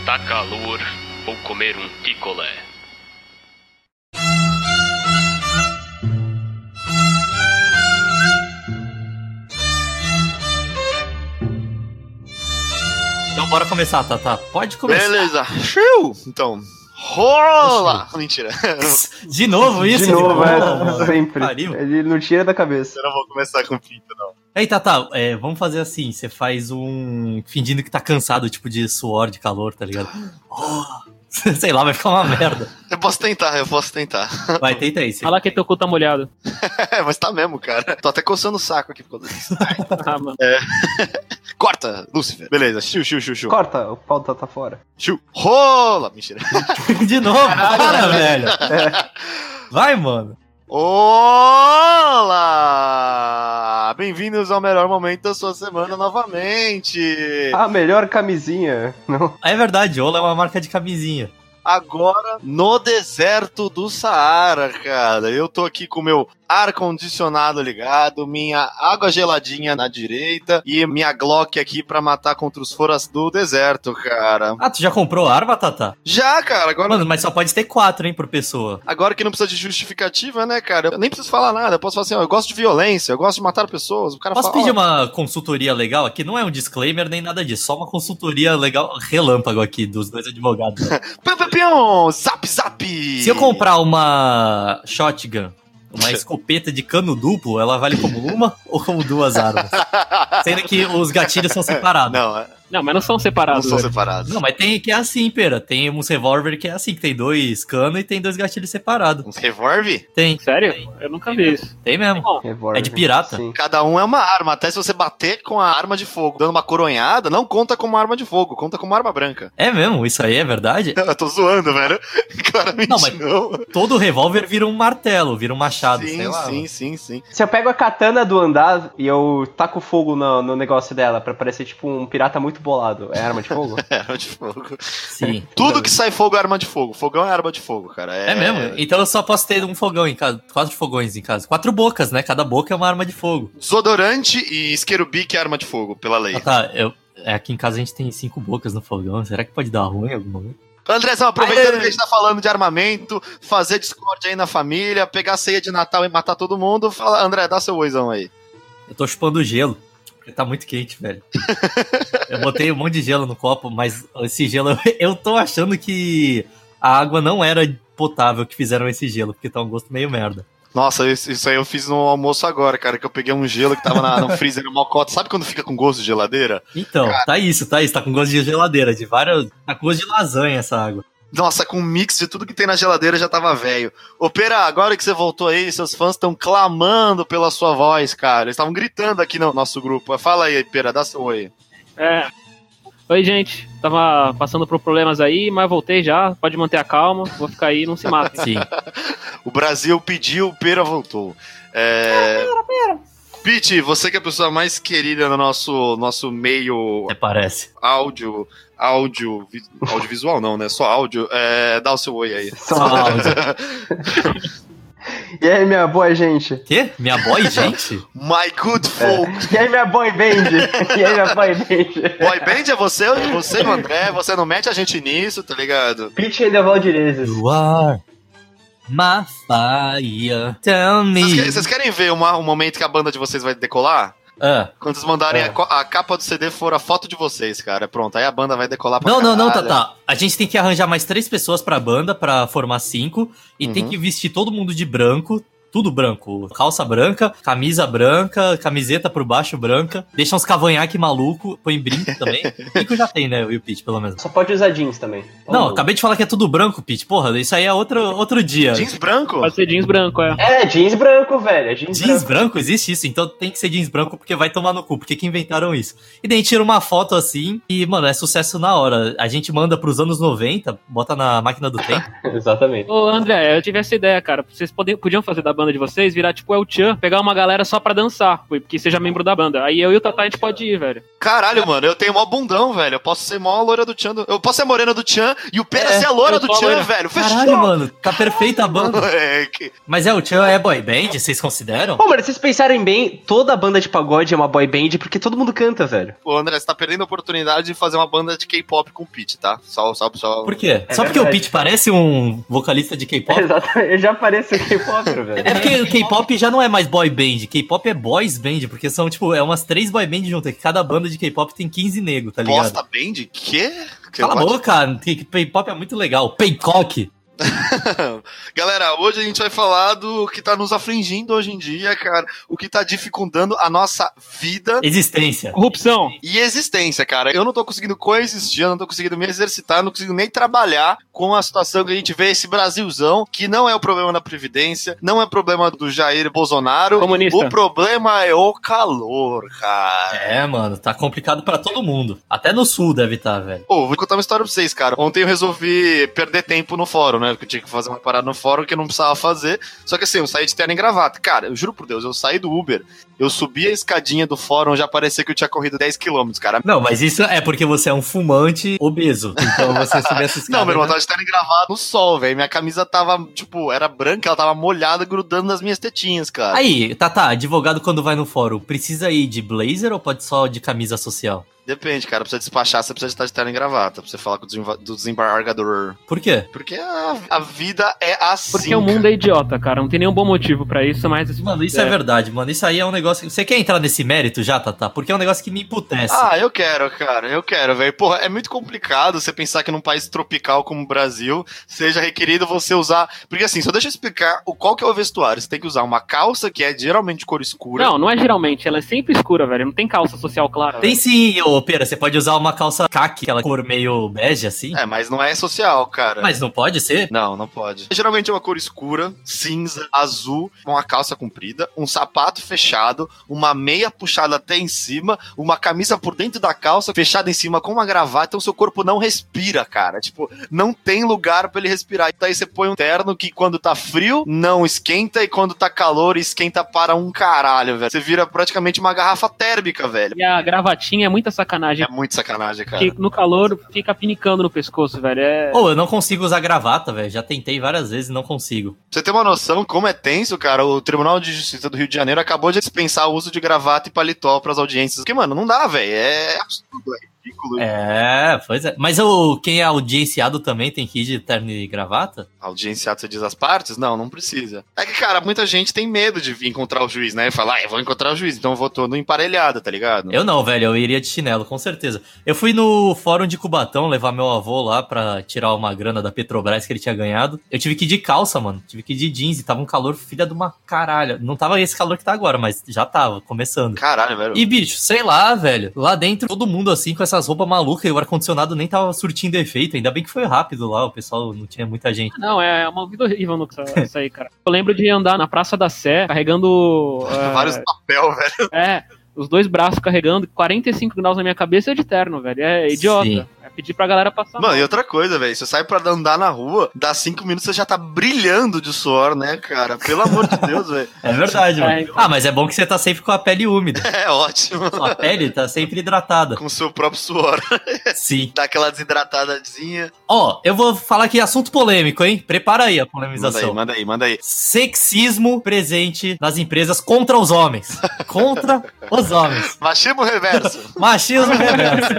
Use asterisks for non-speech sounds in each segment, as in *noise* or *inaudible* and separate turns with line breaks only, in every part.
está tá calor, vou comer um picolé.
Então bora começar, Tata. Pode começar.
Beleza. Show! Então, rola! Mentira, eu
*laughs* De novo isso?
De novo,
Puta
é, sempre.
*laughs* pariu.
Ele não tira da cabeça.
não vou começar com pinta, não.
Ei, Tata, é, vamos fazer assim. Você faz um... Fingindo que tá cansado, tipo de suor, de calor, tá ligado? *gasps* Oh, *laughs* sei lá, vai ficar uma merda.
Eu posso tentar, eu posso tentar.
Vai, tenta aí. você-
Fala que teu cu tá molhado.
*laughs* É, mas tá mesmo, cara. Tô até coçando o saco aqui por causa *laughs* disso.
Ah, mano.
*laughs* Corta, Lúcifer. Beleza, chiu, chiu, chiu, chiu.
Corta, o pau tá, tá fora.
Chiu. Rola! Mentira.
*laughs* De novo, para, velho.
É.
Vai, mano.
Olá! Bem-vindos ao melhor momento da sua semana novamente.
A melhor camisinha. Não.
É verdade, Ola é uma marca de camisinha.
Agora no deserto do Saara, cara. Eu tô aqui com meu ar condicionado ligado, minha água geladinha na direita e minha Glock aqui pra matar contra os foras do deserto, cara.
Ah, tu já comprou a arma, Tata?
Já, cara, agora
Mano, mas só pode ter quatro, hein, por pessoa.
Agora que não precisa de justificativa, né, cara? Eu nem preciso falar nada. Eu posso falar assim, ó, eu gosto de violência, eu gosto de matar pessoas. O cara
Posso
fala,
pedir
ó,
uma consultoria legal aqui? Não é um disclaimer nem nada disso, só uma consultoria legal relâmpago aqui dos dois advogados.
*laughs* "Piu, piu, piu, zap, zap.
Se eu comprar uma shotgun, uma escopeta de cano duplo, ela vale como uma *laughs* ou como duas armas? Sendo que os gatilhos são separados.
*laughs* Não, é,
Não, mas não são
não
separados.
são
velho.
separados.
né? Não, mas tem que é assim, pera. Tem uns revólver que é assim, que tem dois canos e tem dois gatilhos separados.
Um revolve?
Tem,
Sério? Eu nunca vi isso.
tem mesmo.
Bom,
Revólver.
É de pirata?
Sim.
Cada um é uma arma. Até se você bater com a arma de fogo, dando uma coronhada, não conta como arma de fogo, conta como arma branca.
É mesmo? Isso aí é verdade?
*laughs* Eu tô zoando, velho. *laughs* Claramente não.
Não, mas- Todo revólver vira um martelo, vira um machado, sei
Sim,
lá.
sim, sim, sim. *laughs*
Se eu pego a katana do andar e eu taco fogo no, no negócio dela pra parecer tipo um pirata muito bolado, é arma
*laughs*
de fogo?
É arma de fogo.
Sim.
Tudo que sai fogo é arma de fogo. Fogão é arma de fogo, cara. É,
É mesmo? Então eu só posso ter um fogão em casa, quatro fogões em casa. Quatro bocas, né? Cada boca é uma arma de fogo.
Desodorante e isquerubique é arma de fogo, pela lei. *laughs*
Ah, tá, eu. é, Aqui em casa a gente tem cinco bocas no fogão. Será que pode dar ruim alguma coisa?
Andrezão, aproveitando
Aê!
que a gente tá falando de armamento, fazer discórdia aí na família, pegar a ceia de Natal e matar todo mundo, fala, André, dá seu oizão aí.
Eu tô chupando gelo, porque tá muito quente, *laughs* velho. eu botei um monte de gelo no copo, mas esse gelo. *laughs* Eu tô achando que a água não era potável que fizeram esse gelo, porque tá um gosto meio merda.
Nossa, isso isso aí eu fiz no almoço agora, cara, que eu peguei um gelo que tava na, no freezer, no mocota. Sabe quando fica com gosto de geladeira?
Então, tá isso, tá isso. Tá com gosto de geladeira, de várias. Tá com gosto de lasanha essa água.
Nossa, com um mix de tudo que tem na geladeira já tava velho. Opera, agora que você voltou aí, seus fãs estão clamando pela sua voz, cara. Eles estavam gritando aqui no nosso grupo. Fala aí, Pera, dá seu oi.
é. Oi, gente. Tava passando por problemas aí, mas voltei já. Pode manter a calma. Vou ficar aí, não
*laughs*
se matem.
Sim.
O Brasil pediu, o Pera voltou. É... Pera, Pera. Pete, você que é a pessoa mais querida no nosso, nosso meio
Até É, parece.
áudio, áudio, vi- audiovisual não, né? Só áudio, é, dá o seu oi aí.
Só- Ah.
um.
E aí, minha boy, gente?
Quê? Minha boy, gente?
My
É.
good folk.
E aí, minha boy band? *laughs* E aí, minha boy band?
Boy band é você, você e o André, você não mete a gente nisso, tá ligado?
Pitch é and the Valdirezes.
You are my fire. Tell
Vocês
me.
que- Vocês querem ver uma- um momento que a banda de vocês vai decolar?
Ah.
Quando vocês mandarem
É.
a, co- a capa do CD for a foto de vocês, cara. Pronto, aí a banda vai decolar pra
Não, não, não,
caralho.
Tata. A gente tem que arranjar mais três pessoas pra banda, pra formar cinco. E tem
Uhum.
que vestir todo mundo de branco. Tudo branco. Calça branca, camisa branca, camiseta por baixo branca. Deixa uns cavanhaque maluco. Põe brinco
*laughs*
também. brinco já tem, né? O Will Pitch, pelo menos.
Só pode usar jeans também.
Não, acabei de falar que é tudo branco, Pete. Porra, isso aí é outro, outro dia. Jeans,
Jeans branco?
Pode ser jeans branco, é.
É, jeans branco, velho. é Jeans, branco.
branco. Existe isso. Então tem que ser jeans branco porque vai tomar no cu. Porque que inventaram isso? E daí tira uma foto assim e, mano, é sucesso na hora. A gente manda pros anos 90, bota na máquina do tempo.
*laughs* Exatamente.
Ô, André, eu tive essa ideia, cara. Vocês podem- podiam fazer da banda banda de vocês, virar tipo El Chan, pegar uma galera só pra dançar, que seja membro da banda. Aí eu e o Tatá a gente pode ir, velho.
Caralho, mano, eu tenho mó bundão, velho. Eu posso ser mó loira do Tchan. do- Eu posso ser a morena do Tchan e o Pera
É,
ser a loira
eu
do
tô a
Tchan,
loira.
velho. Fechou.
Caralho, mano, tá perfeita a
*laughs*
banda.
Moleque.
Mas é, o Tchan é boy band, vocês consideram?
Pô, mano, se vocês pensarem bem, toda banda de pagode é uma boy band porque todo mundo canta, velho.
Ô, André, você tá perdendo a oportunidade de fazer uma banda de K-pop com o Pete, tá? Só, só, só.
Por quê?
É
Só porque o
verdade.
Pete parece um vocalista de K-pop?
Exatamente, eu já pareço um K-Popper, velho.
É porque o K-pop já não é mais boy band, K-pop é boys band, porque são, tipo, é umas três boy bands juntas, que cada banda de K-pop tem 15 negros, tá ligado?
Bosta Band? Quê? Que
Cala a
ótimo.
boca, cara. K- K-pop é muito legal. Paycock.
Galera, hoje a gente vai falar do que tá nos afligindo hoje em dia, cara. O que tá dificultando a nossa vida
Existência.
Corrupção.
e existência, cara. Eu não tô conseguindo coexistir, eu não tô conseguindo me exercitar, não consigo nem trabalhar com a situação que a gente vê esse Brasilzão, que não é o problema da Previdência, não é problema do Jair Bolsonaro.
Comunista.
O problema é o calor, cara.
É, mano, tá complicado pra todo mundo. Até no sul deve estar, velho.
Ô, vou contar uma história pra vocês, cara. Ontem eu resolvi perder tempo no fórum, né? Porque eu tinha que fazer uma parada no fórum que eu não precisava fazer. Só que assim, eu saí de terno e gravata. Cara, eu juro por Deus, eu saí do Uber, eu subi a escadinha do fórum, já parecia que eu tinha corrido 10km, cara.
Não, mas isso é porque você é um fumante obeso. Então você subir
*laughs*
essa escada...
Não, meu irmão, eu
né?
tava de terno e gravata no sol, velho. Minha camisa tava, tipo, era branca, ela tava molhada, grudando nas minhas tetinhas, cara.
Aí, Tata, advogado quando vai no fórum, precisa ir de blazer ou pode só de camisa social?
Depende, cara. Pra você despachar, você precisa estar de terno e gravata. Pra você falar com o desemba- do desembargador.
Por quê?
Porque a, a vida é assim.
Porque o mundo é idiota, cara. Não tem nenhum bom motivo pra isso, mas.
Mano, isso é. verdade, mano. Isso aí é um negócio. Você quer entrar nesse mérito já, Tata? Porque é um negócio que me emputece.
Ah, eu quero, cara, eu quero, velho. Porra, é muito complicado você pensar que num país tropical como o Brasil seja requerido você usar. Porque assim, só deixa eu explicar o qual que é o vestuário. Você tem que usar uma calça que é geralmente de cor escura.
Não, não é geralmente. Ela é sempre escura, velho. Não tem calça social clara.
Tem sim, ô Pera, você pode usar uma calça caque, aquela cor meio bege assim.
É, mas não é social, cara.
Mas não pode ser?
Não, não pode. *laughs* Geralmente é uma cor escura, cinza, azul, uma calça comprida, um sapato fechado, uma meia puxada até em cima, uma camisa por dentro da calça fechada em cima com uma gravata, então seu corpo não respira, cara. Tipo, não tem lugar pra ele respirar. Daí você põe um terno que quando tá frio não esquenta e quando tá calor esquenta para um caralho, velho. Você vira praticamente uma garrafa térmica, velho.
E a gravatinha é muita sacanagem.
É muito sacanagem, cara.
Que no calor fica pinicando no pescoço, velho. É.
Ou eu não consigo usar gravata, velho. Já tentei várias vezes e não consigo.
Pra você ter uma noção como é tenso, cara, o Tribunal de Justiça do Rio de Janeiro acabou de dispensar o uso de gravata e paletó pras audiências. Porque, mano, não dá, velho. É absurdo, é ridículo.
É, pois é. Mas o, quem é audienciado também tem que ir de terno e gravata?
Audienciado, você diz as partes? Não, não precisa. É que, cara, muita gente tem medo de vir encontrar o juiz, né? E falar, ah, eu vou encontrar o juiz, então eu vou todo emparelhado, tá ligado?
Eu não, velho. Eu iria de chinelo, com certeza. Eu fui no fórum de Cubatão levar meu avô lá pra tirar uma grana da Petrobras que ele tinha ganhado. Eu tive que ir de calça, mano. Tive que ir de jeans. E tava um calor filha de uma caralho. Não tava esse calor que tá agora, mas já tava, começando.
Caralho, velho.
E, bicho, sei lá, velho. Lá dentro, todo mundo assim, com essas roupas malucas e o ar-condicionado nem tava surtindo efeito. Ainda bem que foi rápido lá, o pessoal não tinha muita gente.
Não, é uma vida horrível no isso aí, cara. Eu lembro de andar na Praça da Sé carregando. é,
Vários papel, velho.
É, os dois braços carregando, 45 graus na minha cabeça é de terno, velho. É idiota.
Sim.
É pedir pra galera passar.
Mano,
mal.
e outra coisa, velho. Você sai pra andar na rua, dá cinco minutos, você já tá brilhando de suor, né, cara? Pelo amor de Deus, velho.
É verdade, mano.
É, então.
Ah, mas é bom que você tá sempre com a pele úmida.
*laughs* É ótimo.
Sua pele tá sempre hidratada.
Com seu próprio suor.
Sim.
Dá aquela desidratadazinha.
Ó, eu vou falar aqui assunto polêmico, hein? Prepara aí a
Manda aí,
polemização.
manda aí, manda aí.
Sexismo presente nas empresas contra os homens. Contra os homens.
Machismo reverso.
Machismo reverso.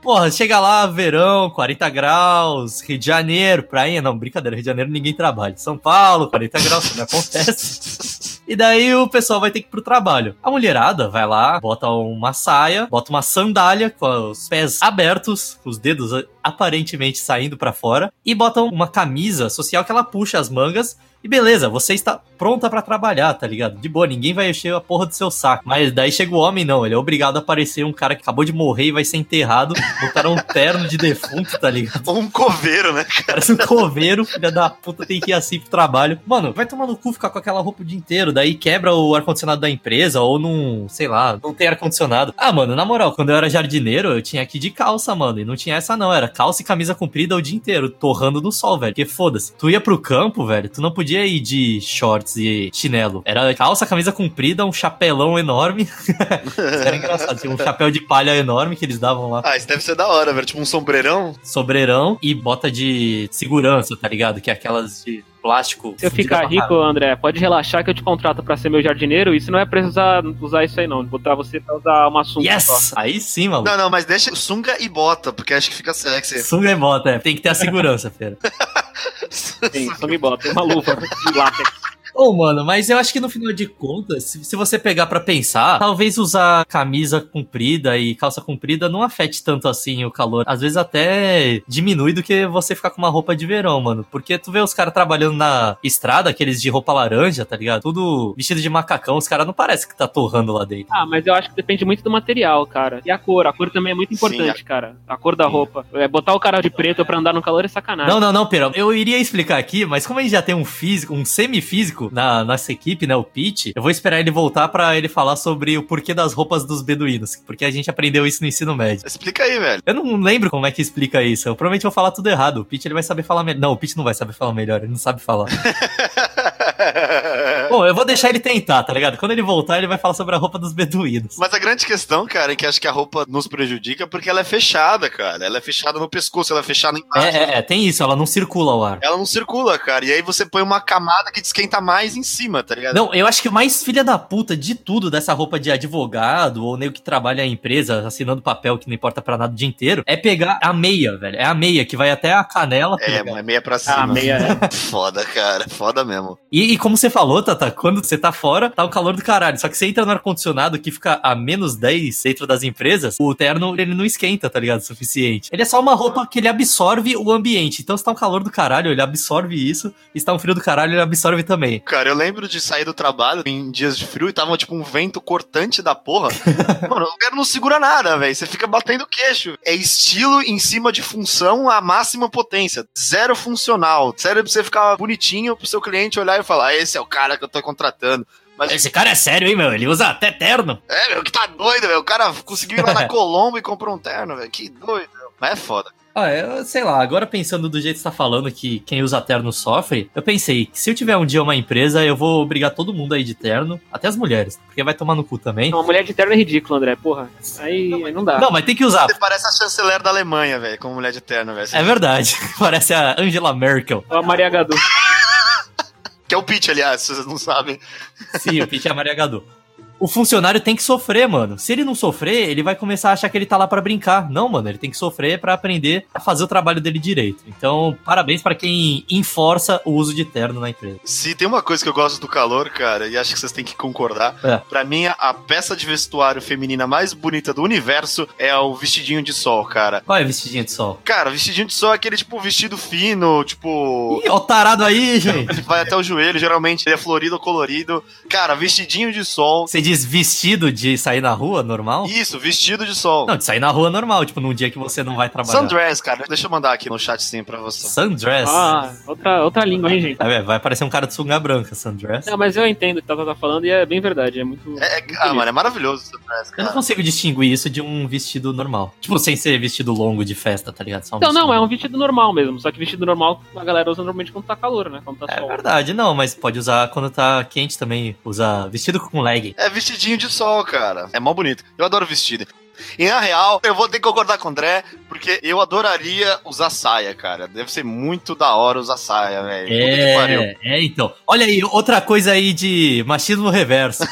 Porra, chega lá, verão, 40 graus, Rio de Janeiro, praia. Não, brincadeira, Rio de Janeiro ninguém trabalha. São Paulo, 40 graus, isso não acontece. E daí o pessoal vai ter que ir pro trabalho. A mulherada vai lá, bota uma saia, bota uma sandália com os pés abertos, os dedos aparentemente saindo pra fora, e bota uma camisa social que ela puxa as mangas e beleza, você está pronta pra trabalhar, tá ligado? De boa, ninguém vai encher a porra do seu saco. Mas daí chega o homem, não. Ele é obrigado a aparecer um cara que acabou de morrer e vai ser enterrado. Botaram um terno de defunto, tá ligado?
Ou *laughs* um coveiro, né?
Parece um coveiro, filha da puta, tem que ir assim pro trabalho. Mano, vai tomar no cu ficar com aquela roupa o dia inteiro, daí quebra o ar-condicionado da empresa, ou não, sei lá, não tem ar-condicionado. Ah, mano, na moral, quando eu era jardineiro, eu tinha que ir de calça, mano, e não tinha essa não, era calça e camisa comprida o dia inteiro, torrando no sol, velho. Porque foda-se. Tu ia pro campo, velho, tu não podia ir de shorts e chinelo. Era calça, camisa comprida, um chapelão enorme. *laughs* Isso era engraçado. Tinha um chapéu de palha enorme que eles davam lá.
Ah, isso deve ser da hora, velho. Tipo um sombreirão.
Sobreirão e bota de segurança, tá ligado? Que é aquelas de plástico.
Se eu ficar
fudida pra
rico, André, pode relaxar que eu te contrato pra ser meu jardineiro e você não é precisar usar isso aí, não. Botar você pra usar uma sunga só.
Yes! Aí sim, maluco.
Não, não, mas deixa sunga e bota, porque acho que fica *laughs* sexy.
Sunga e bota, é. Tem que ter a segurança, feira.
Sim, assim, só me bota. Uma luva *laughs* um de látex.
Ô, mano, mas eu acho que no final de contas, se, se você pegar pra pensar, talvez usar camisa comprida e calça comprida não afete tanto assim o calor. Às vezes até diminui do que você ficar com uma roupa de verão, mano. Porque tu vê os caras trabalhando na estrada, aqueles de roupa laranja, tá ligado? Tudo vestido de macacão, os caras não parece que tá torrando lá dentro.
Ah, mas eu acho que depende muito do material, cara. E a cor. A cor também é muito
Sim,
importante, cara. A cor da roupa. É, botar o cara de preto pra andar no calor é sacanagem.
Não, não, não, Pera. Eu iria explicar aqui, mas como a gente já tem um físico, um semifísico na nossa equipe, né, o Pete, eu vou esperar ele voltar pra ele falar sobre o porquê das roupas dos beduínos, porque a gente aprendeu isso no ensino médio.
Explica aí, *laughs* velho.
Eu não lembro como é que explica isso. Eu provavelmente vou falar tudo errado. O Pete ele vai saber falar melhor. Não, o Pete não vai saber falar melhor, ele não sabe falar. Bom, eu vou deixar ele tentar, tá ligado? Quando ele voltar, ele vai falar sobre a roupa dos beduínos.
Mas a grande questão, cara, é que acho que a roupa nos prejudica porque ela é fechada, cara. Ela é fechada no pescoço, ela é fechada embaixo.
É, é, é, tem isso, ela não circula o ar.
Ela não circula, cara. E aí você põe uma camada que te esquenta mais em cima, tá ligado?
Não, eu acho que o mais filha da puta de tudo dessa roupa de advogado ou nego que trabalha em empresa assinando papel que não importa pra nada o dia inteiro é pegar a meia, velho. É a meia que vai até a canela. tá
É,
ligado?
é meia pra cima.
Ah, meia.
*laughs* Foda, cara. Foda mesmo.
E, e como você falou, Tata, quando você tá fora, tá o calor do caralho. Só que você entra no ar-condicionado que fica a menos 10 dentro das empresas, o terno ele não esquenta, tá ligado? O suficiente. Ele é só uma roupa que ele absorve o ambiente. Então se tá um calor do caralho, ele absorve isso. E se tá um frio do caralho, ele absorve também.
Cara, eu lembro de sair do trabalho em dias de frio e tava tipo um vento cortante da porra. Mano, o cara não segura nada, velho. Você fica batendo queixo. É estilo em cima de função à máxima potência. Zero funcional. Sério, pra você ficar bonitinho pro seu cliente olhar e falar: "Ah, esse é o cara que eu tô contratando. Mas
Esse cara é sério, hein, meu? Ele usa até terno.
é, meu, que tá doido, velho. O cara conseguiu ir lá na Colombo e comprou um terno, velho. Que doido. meu. Mas é foda.
Ah, eu sei lá, agora pensando do jeito que você tá falando que quem usa terno sofre, eu pensei que se eu tiver um dia uma empresa, eu vou obrigar todo mundo aí de terno, até as mulheres, porque vai tomar no cu também.
Não, *laughs* uma mulher de terno é ridículo, André, porra. Aí aí não dá.
Não, mas tem que usar.
Você parece a chanceler da Alemanha, velho, como mulher de terno, velho.
É verdade. *laughs* Parece a Angela Merkel.
Ó, a Maria Gadu.
Que é o pitch, aliás, se vocês não sabem.
Sim, o Pete é Maria Gadu. O funcionário tem que sofrer, mano. Se ele não sofrer, ele vai começar a achar que ele tá lá pra brincar. Não, mano, ele tem que sofrer pra aprender a fazer o trabalho dele direito. Então, parabéns pra quem enforça o uso de terno na empresa.
Se tem uma coisa que eu gosto do calor, cara, e acho que vocês têm que concordar,
É.
pra mim a peça de vestuário feminina mais bonita do universo é o vestidinho de sol, cara.
Qual é vestidinho de sol?
Cara, vestidinho de sol é aquele tipo vestido fino, tipo.
Ih, ó o tarado aí, gente.
Ele vai até o joelho, geralmente ele é florido ou colorido. Cara, vestidinho de sol.
Você diz vestido de sair na rua, normal?
Isso, vestido de sol.
Não, é. de sair na rua é normal, tipo, num dia que você não vai trabalhar.
Sundress, cara. Deixa eu mandar aqui no chat sim pra você.
Sundress.
Ah, outra, outra língua, hein, gente.
Tá vendo? Vai parecer um cara de sunga branca, sundress.
Não, mas eu entendo o que o Tata tá falando e é bem verdade. É muito.
É, é-
muito
ah,
bonito.
mano, é maravilhoso o sundress,
Eu não
cara.
consigo distinguir isso de um vestido normal. Tipo, sem ser vestido longo de festa, tá ligado? Só um
Então,
vestido
não, é um
normal.
vestido normal mesmo. Só que vestido normal a galera usa normalmente quando tá calor, né? Quando tá
É
sol.
verdade, não, mas pode usar quando tá quente também. Usar vestido com legging.
É vestidinho de sol, cara. É mó bonito. Eu adoro vestido. E na real, eu vou ter que concordar com o André, porque eu adoraria usar saia, cara. Deve ser muito da hora usar saia, velho. Puta que pariu.
É, é, então. Olha aí, outra coisa aí de machismo reverso.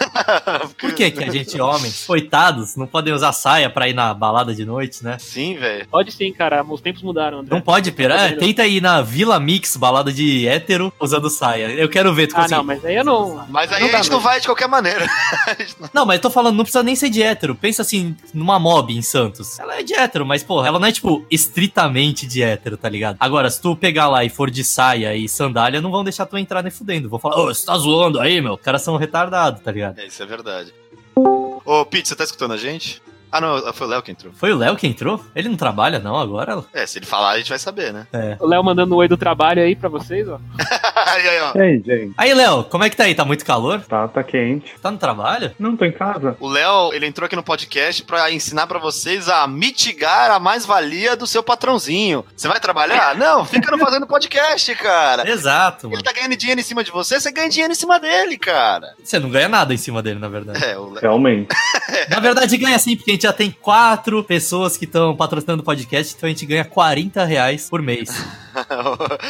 Por que que a gente, homens, coitados, não podem usar saia pra ir na balada de noite, né?
*laughs* Sim, velho.
Pode sim, cara. Os tempos mudaram, André.
Não pode, pera. É, tenta ir na Vila Mix, balada de hétero, usando saia. Eu quero ver, tipo assim. tu
Ah,
conseguir.
não, mas aí eu não.
Mas aí
Não
a
dá
gente não
mesmo.
vai de qualquer maneira. *laughs*
Não, mas eu tô falando, não precisa nem ser de hétero. Pensa assim, numa mob em Santos. Ela é de hétero, mas, porra, ela não é, tipo, estritamente de hétero, tá ligado? Agora, se tu pegar lá e for de saia e sandália, não vão deixar tu entrar nem fudendo. Vou falar, ô, você tá zoando aí, meu? Os caras são retardados, tá ligado?
É, isso é verdade. Ô, Pete, você tá escutando a gente? Ah, não, foi o Léo que entrou.
Foi o Léo que entrou? Ele não trabalha, não, agora?
É, se ele falar, a gente vai saber, né? *laughs*
É.
O Léo mandando um oi do trabalho aí pra vocês, ó.
aí, aí, ó.
E aí, gente?
Aí, Léo, como é que tá aí? Tá muito calor?
Tá, tá quente.
Tá no trabalho?
Não, tô em casa.
O Léo, ele entrou aqui no podcast pra ensinar pra vocês a mitigar a mais-valia do seu patrãozinho. Você vai
*laughs*
trabalhar? Não, fica no fazendo podcast, cara.
Exato,
Ele
mano.
tá ganhando dinheiro em cima de você, você ganha dinheiro em cima dele, cara.
Você não ganha nada em cima dele, na verdade.
*laughs* É, *laughs* o Léo.
Realmente.
Na verdade, ganha sim, porque a gente já tem quatro pessoas que estão patrocinando o podcast, então a gente ganha 40 reais por mês.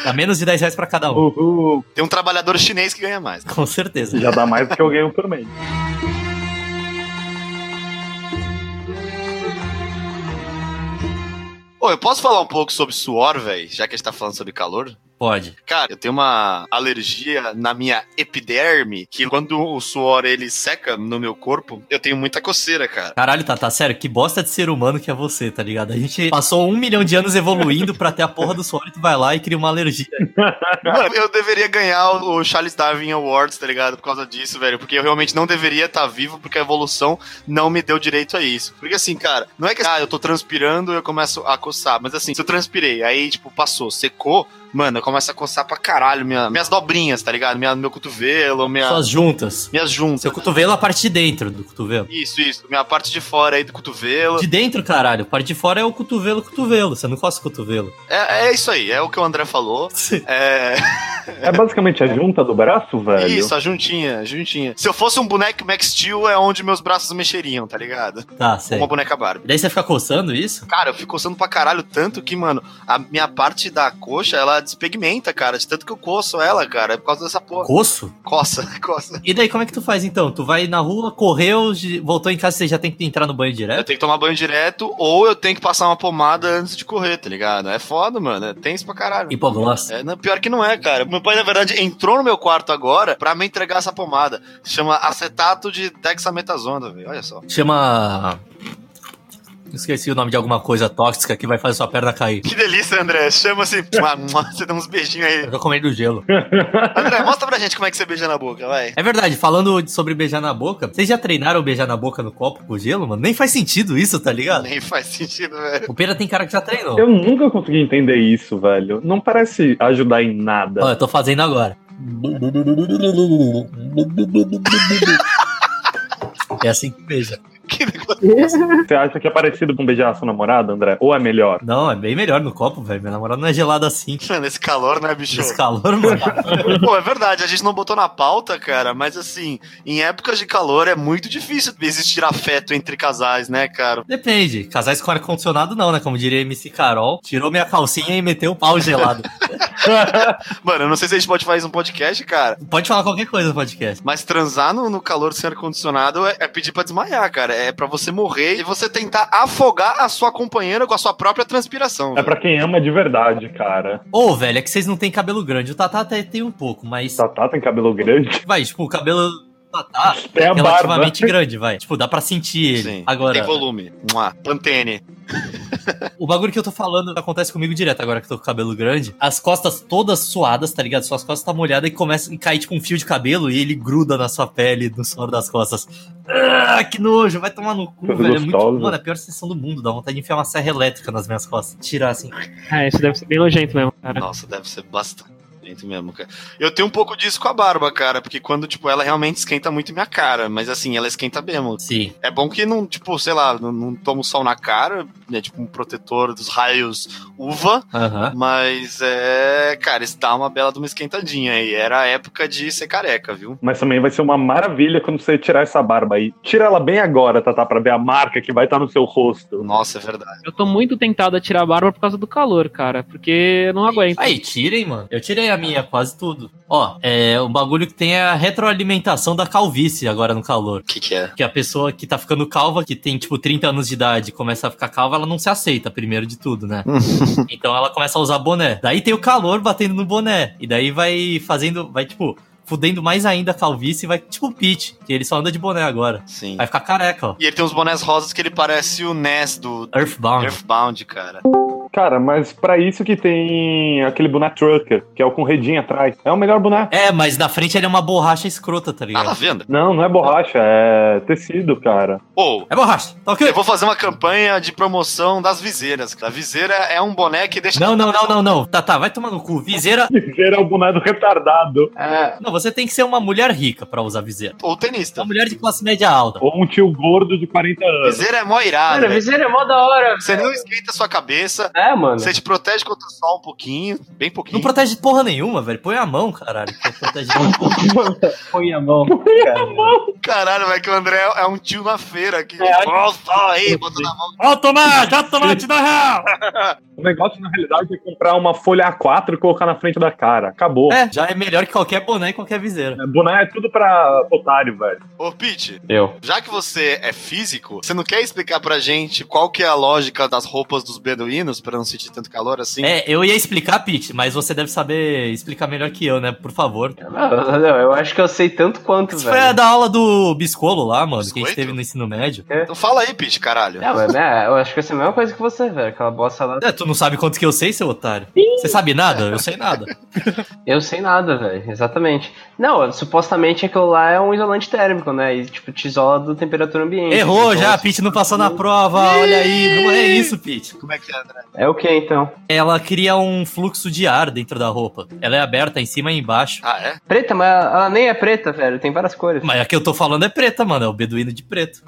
Dá menos de 10 reais pra cada um,
Uhul.
Tem um trabalhador chinês que ganha mais.
com certeza.
Já dá mais do que eu ganho por mês.
Ô, eu posso falar um pouco sobre suor, velho? Já que a gente tá falando sobre calor?
Pode.
Cara, eu tenho uma alergia na minha epiderme, que quando o suor ele seca no meu corpo, eu tenho muita coceira, cara.
Caralho, Tata, sério, que bosta de ser humano que é você, tá ligado? A gente passou um milhão de anos evoluindo pra ter a porra do suor e tu vai lá e cria uma alergia.
Mano, eu deveria ganhar o Charles Darwin Awards, tá ligado? Por causa disso, velho. Porque eu realmente não deveria estar vivo, porque a evolução não me deu direito a isso. Porque assim, cara, não é que ah, eu tô transpirando e eu começo a coçar. Mas assim, se eu transpirei, aí, tipo, passou, secou, mano, eu começo a coçar pra caralho minha- minhas dobrinhas, tá ligado? Minha, meu cotovelo, minha,
Suas juntas.
minhas juntas.
Seu cotovelo é a parte de dentro do cotovelo.
Isso, isso. Minha parte de fora aí do cotovelo.
De dentro, caralho. A parte de fora é o cotovelo, cotovelo. Você não coça o cotovelo. *laughs*
É, é isso aí, é o que o André falou. É,
É basicamente a junta do braço, velho.
isso, a juntinha, a juntinha. Se eu fosse um boneco Max Steel, é onde meus braços mexeriam, tá ligado?
Tá, sei.
Uma boneca Barbie.
Daí você fica coçando isso?
Cara, eu fico coçando pra caralho tanto que, mano, a minha parte da coxa, ela despigmenta, cara. De tanto que eu coço ela, cara. É por causa dessa porra.
Coço?
Coça, *laughs* coça.
E daí, como é que tu faz então? Tu vai na rua, correu, gi- voltou em casa, você já tem que entrar no banho
Eu
direto?
tenho que tomar banho direto ou eu tenho que passar uma pomada antes de correr, tá ligado? É foda, mano. É tenso pra caralho.
E pô, nossa.
É, não, pior que não é, cara. Meu pai, na verdade, entrou no meu quarto agora pra me entregar essa pomada. Chama acetato de dexametasona, velho. Olha só.
Chama. Esqueci o nome de alguma coisa tóxica que vai fazer sua perna cair.
Que delícia, André. Chama assim. *laughs* mua, mua. Você dá uns beijinhos aí.
Eu tô comendo gelo.
André, mostra pra gente como é que você beija na boca, vai.
É verdade, falando de- sobre beijar na boca, vocês já treinaram beijar na boca no copo com gelo, mano? Nem faz sentido isso, tá ligado?
Nem faz sentido, velho.
O Pera tem cara que já treinou.
Eu nunca consegui entender isso, velho. Não parece ajudar em nada.
Ó, eu tô fazendo agora. É assim que beija.
Que negócio.
Você acha que é parecido com beijar a sua namorada, André? Ou é melhor?
Não, é bem melhor no copo, velho. Minha namorada não é gelada assim.
Mano, esse calor, né, bicho?
Esse calor, mano.
Pô, é verdade, a gente não botou na pauta, cara, mas assim, em épocas de calor é muito difícil existir afeto entre casais, né, cara?
Depende. Casais com ar-condicionado não, né? Como diria MC Carol. Tirou minha calcinha e meteu o pau gelado.
Mano, eu não sei se a gente pode fazer isso num podcast, cara,
Pode falar qualquer coisa no podcast.
mas transar no, no calor sem ar-condicionado é, é pedir pra desmaiar, cara. É pra você morrer e você tentar afogar a sua companheira com a sua própria transpiração.
É pra quem ama de verdade, cara.
Ô, velho, é que vocês não têm cabelo grande. O Tatá até tem um pouco, mas.
Tá.
Tatá Tá, tem cabelo grande. *laughs*
Vai, tipo, o cabelo do Tatá
Tem
é
a barba.
relativamente grande, vai. Tipo, dá pra sentir ele.
Sim,
Agora,
tem volume. Mua, Pantene.
o bagulho que eu tô falando acontece comigo direto agora que eu tô com cabelo grande. As costas todas suadas, tá ligado? Suas costas tá molhadas e começa a cair, tipo, um fio de cabelo e ele gruda na sua pele, no suor das costas. Ah, que nojo, vai tomar no cu,
Coisa
velho. É
gostosa.
muito. Mano, é a pior sensação do mundo. Dá vontade de enfiar uma serra elétrica nas minhas costas. Tirar assim.
É, isso deve ser bem nojento mesmo, cara.
Nossa, deve ser bastante. Mesmo, cara. Eu tenho um pouco disso com a barba, cara, porque quando, tipo, ela realmente esquenta muito minha cara, mas assim, ela esquenta mesmo.
Sim.
É bom que não, tipo, sei lá, não, não toma o sol na cara, né? Tipo, um protetor dos raios uva.
Aham.
Mas é. Cara, isso dá uma bela de uma esquentadinha aí. Era a época de ser careca, viu?
Mas também vai ser uma maravilha quando você tirar essa barba aí. Tira ela bem agora, Tatá, pra ver a marca que vai estar no seu rosto.
Nossa, é verdade.
Eu tô muito tentado a tirar a barba por causa do calor, cara. Porque eu não aguento.
Aí, tirem, mano. Eu tirei a minha, quase tudo. Ó, é um bagulho que tem é a retroalimentação da calvície agora no calor.
O que, que é?
Que a pessoa que tá ficando calva, que tem tipo 30 anos de idade, começa a ficar calva, ela não se aceita, primeiro de tudo,
*laughs*
né? então ela começa a usar boné. Daí tem o calor batendo no boné. E daí vai fazendo, vai tipo. fudendo mais ainda a calvície e vai, tipo o Pete, que ele só anda de boné agora.
Sim.
Vai ficar careca, ó.
E ele tem uns bonés rosas que ele parece o Ness do
Earthbound.
Earthbound, cara.
Cara, mas pra isso que tem aquele boné trucker, que é o com redinha atrás. É o melhor boné.
É, mas na frente ele é uma borracha escrota, tá
Ah, tá
ligado?
vendo?
Não, não é borracha, é tecido,
*laughs*
cara.
Ou,
É borracha, tá ok?
eu vou fazer uma campanha de promoção das viseiras. cara. A viseira é um boné que deixa.
Não, não, não, não, não. Tá, tá, vai tomar no cu. Viseira.
Viseira é o boné do retardado.
É,
Não, você tem que ser uma mulher rica pra usar viseira.
ou
Uma
tenista.
mulher de classe média alta.
Ou um tio gordo de 40 anos.
Viseira é mó irada.
Cara,
velho.
viseira é mó da hora.
Você não esquenta a sua cabeça.
É, mano.
Você te protege contra o sol um pouquinho, bem pouquinho.
Não protege porra nenhuma, velho. Põe a mão, caralho. que protege.
Põe a mão.
Caralho, vai que o André é é um tio na feira aqui.
É,
Ó, o sol aí, bota na mão.
Ó, o tomate, ó, o tomate da real.
O negócio, na realidade, é comprar uma folha A4 e colocar na frente da cara. Acabou.
*laughs* É, já é melhor que qualquer boné e qualquer viseira.
Boné é tudo pra otário, velho.
Ô, Pete,
Eu.
já que você é físico, você não quer explicar pra gente qual que é a lógica das roupas dos beduínos pra não sentir tanto calor assim?
É, eu ia explicar, Pete, mas você deve saber explicar melhor que eu, né? Por favor.
Não, não, eu acho que eu sei tanto quanto,
Isso foi a
É, velho.
da aula do Biscolo lá, mano, que a
Biscoito?
gente teve no ensino médio.
Então fala aí, Pete, caralho.
Não, mas né, eu acho que essa é a mesma coisa que você, velho. Aquela bosta lá.
É, tu não sabe quanto que eu sei, seu otário? Você sabe nada? Eu sei nada.
Eu sei nada, velho. Exatamente. Não, supostamente aquilo lá é um isolante térmico, né? E tipo, te isola da temperatura ambiente.
Errou
Então,
já, Pete não passou na prova, olha aí. Não é isso, Pete.
Como é que é, André?
É o que então?
Ela cria um fluxo de ar dentro da roupa. Ela é aberta em cima e embaixo.
Ah, é?
Preta, mas ela nem é preta, velho. Tem várias cores.
Mas a que eu tô falando é preta, mano. É o beduíno de preto.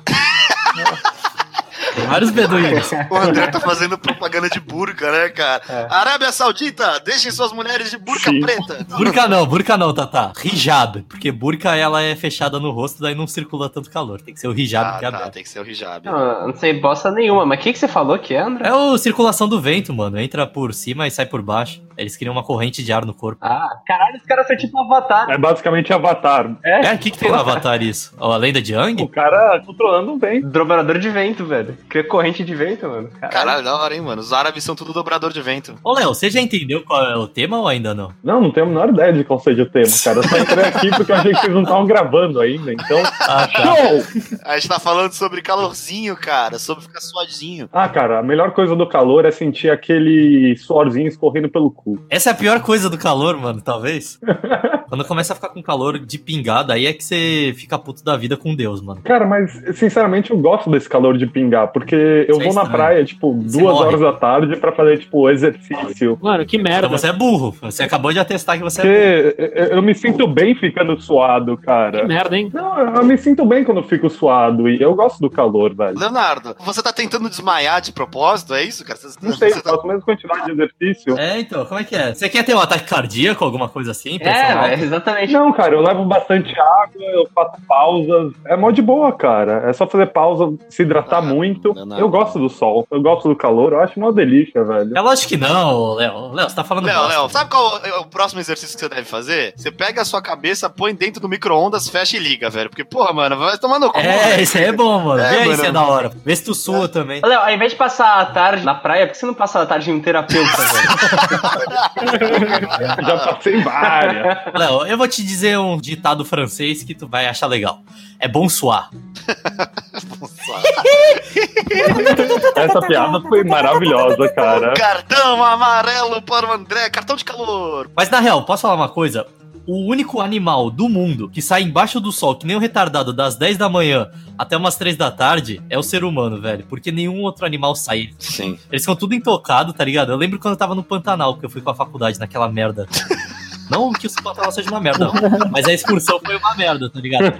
Tem vários beduínos.
O André tá fazendo propaganda de burca, né, cara?
É.
Arábia Saudita, deixem suas mulheres de burca
Sim.
preta.
Burca não, burca não, Tata. Hijab. Porque burca ela é fechada no rosto, daí não circula tanto calor. Tem que ser o hijab
Ah,
que é
tá,
aberto.
tem que ser o hijab.
Não, não sei bosta nenhuma. Mas o que, que você falou que é, André?
É o circulação do vento, mano. Entra por cima e sai por baixo. Eles criam uma corrente de ar no corpo.
Ah, caralho, os caras são tipo avatar.
É basicamente Avatar.
É, o que, que tem no Avatar isso? Ó, a lenda de
O
Yang?
cara controlando bem.
Dobrador de vento, velho. Cria corrente de vento, mano. Caralho.
Caralho, da hora, hein, mano? Os árabes são tudo dobrador de vento.
Ô, Léo, você já entendeu qual é o tema ou ainda não?
Não, não tenho a menor ideia de qual seja o tema, cara. Eu só entrei aqui porque eu achei que vocês não estavam gravando ainda, então...
Ah, tá.
Show!
A gente tá falando sobre calorzinho, cara, sobre ficar suadinho.
Ah, cara, a melhor coisa do calor é sentir aquele suorzinho escorrendo pelo cu.
Essa é a pior coisa do calor, mano, talvez. Quando começa a ficar com calor de pingada, aí é que você fica puto da vida com Deus, mano.
Cara, mas sinceramente eu gosto desse calor de pingar, porque eu
Isso é
vou na
estranho.
praia, tipo,
Você
duas
morre.
horas da tarde pra fazer, tipo, exercício.
Mano, que merda.
Então você é burro. Você acabou de atestar que você é burro.
Porque eu- eu me sinto bem ficando suado,
Que
cara.
merda, hein?
Não, eu me sinto bem quando eu fico suado e eu gosto do calor, velho.
Leonardo, você tá tentando desmaiar de propósito, é isso, cara? Você-
Não sei,
você
eu faço a mesma quantidade de exercício.
É, então, como é que é? Você quer ter um ataque cardíaco, alguma coisa assim?
É,
pessoal?
velho, exatamente.
Não, cara, eu levo bastante água, eu faço pausas. É mó de boa, cara. É só fazer pausa, se hidratar
Ah,
muito.
não, não.
Eu gosto do sol, eu gosto do calor, eu acho mó delícia,
*laughs*
velho.
É lógico que não, Léo. Léo, você tá falando
Léo,
bosta.
Léo, sabe qual é o próximo exercício que você deve fazer? Você pega a sua cabeça, põe dentro do micro-ondas, fecha e liga, velho. Porque, porra, mano, vai tomar no cu.
É,
né?
isso aí é bom, mano.
É,
Vê aí
mano.
se é da hora. Vê se tu sua também.
Léo, ao invés de passar a tarde na praia, por que você não passa a tarde em um terapeuta, *laughs* velho?
Já passei várias.
Léo, eu vou te dizer um ditado francês que tu vai achar legal. É bom suar.
Essa piada foi maravilhosa, cara.
Cartão amarelo para o André, cartão de calor.
Mas na real, posso falar uma coisa? O único animal do mundo que sai embaixo do sol, que nem um retardado, das 10 da manhã até umas 3 da tarde, é o ser humano, velho. Porque nenhum outro animal sai.
Sim.
Eles ficam tudo intocado, tá ligado? Eu lembro quando eu tava no Pantanal, que eu fui com a faculdade naquela merda. Não que o Pantanal seja uma merda, não. mas a excursão foi uma merda, tá ligado?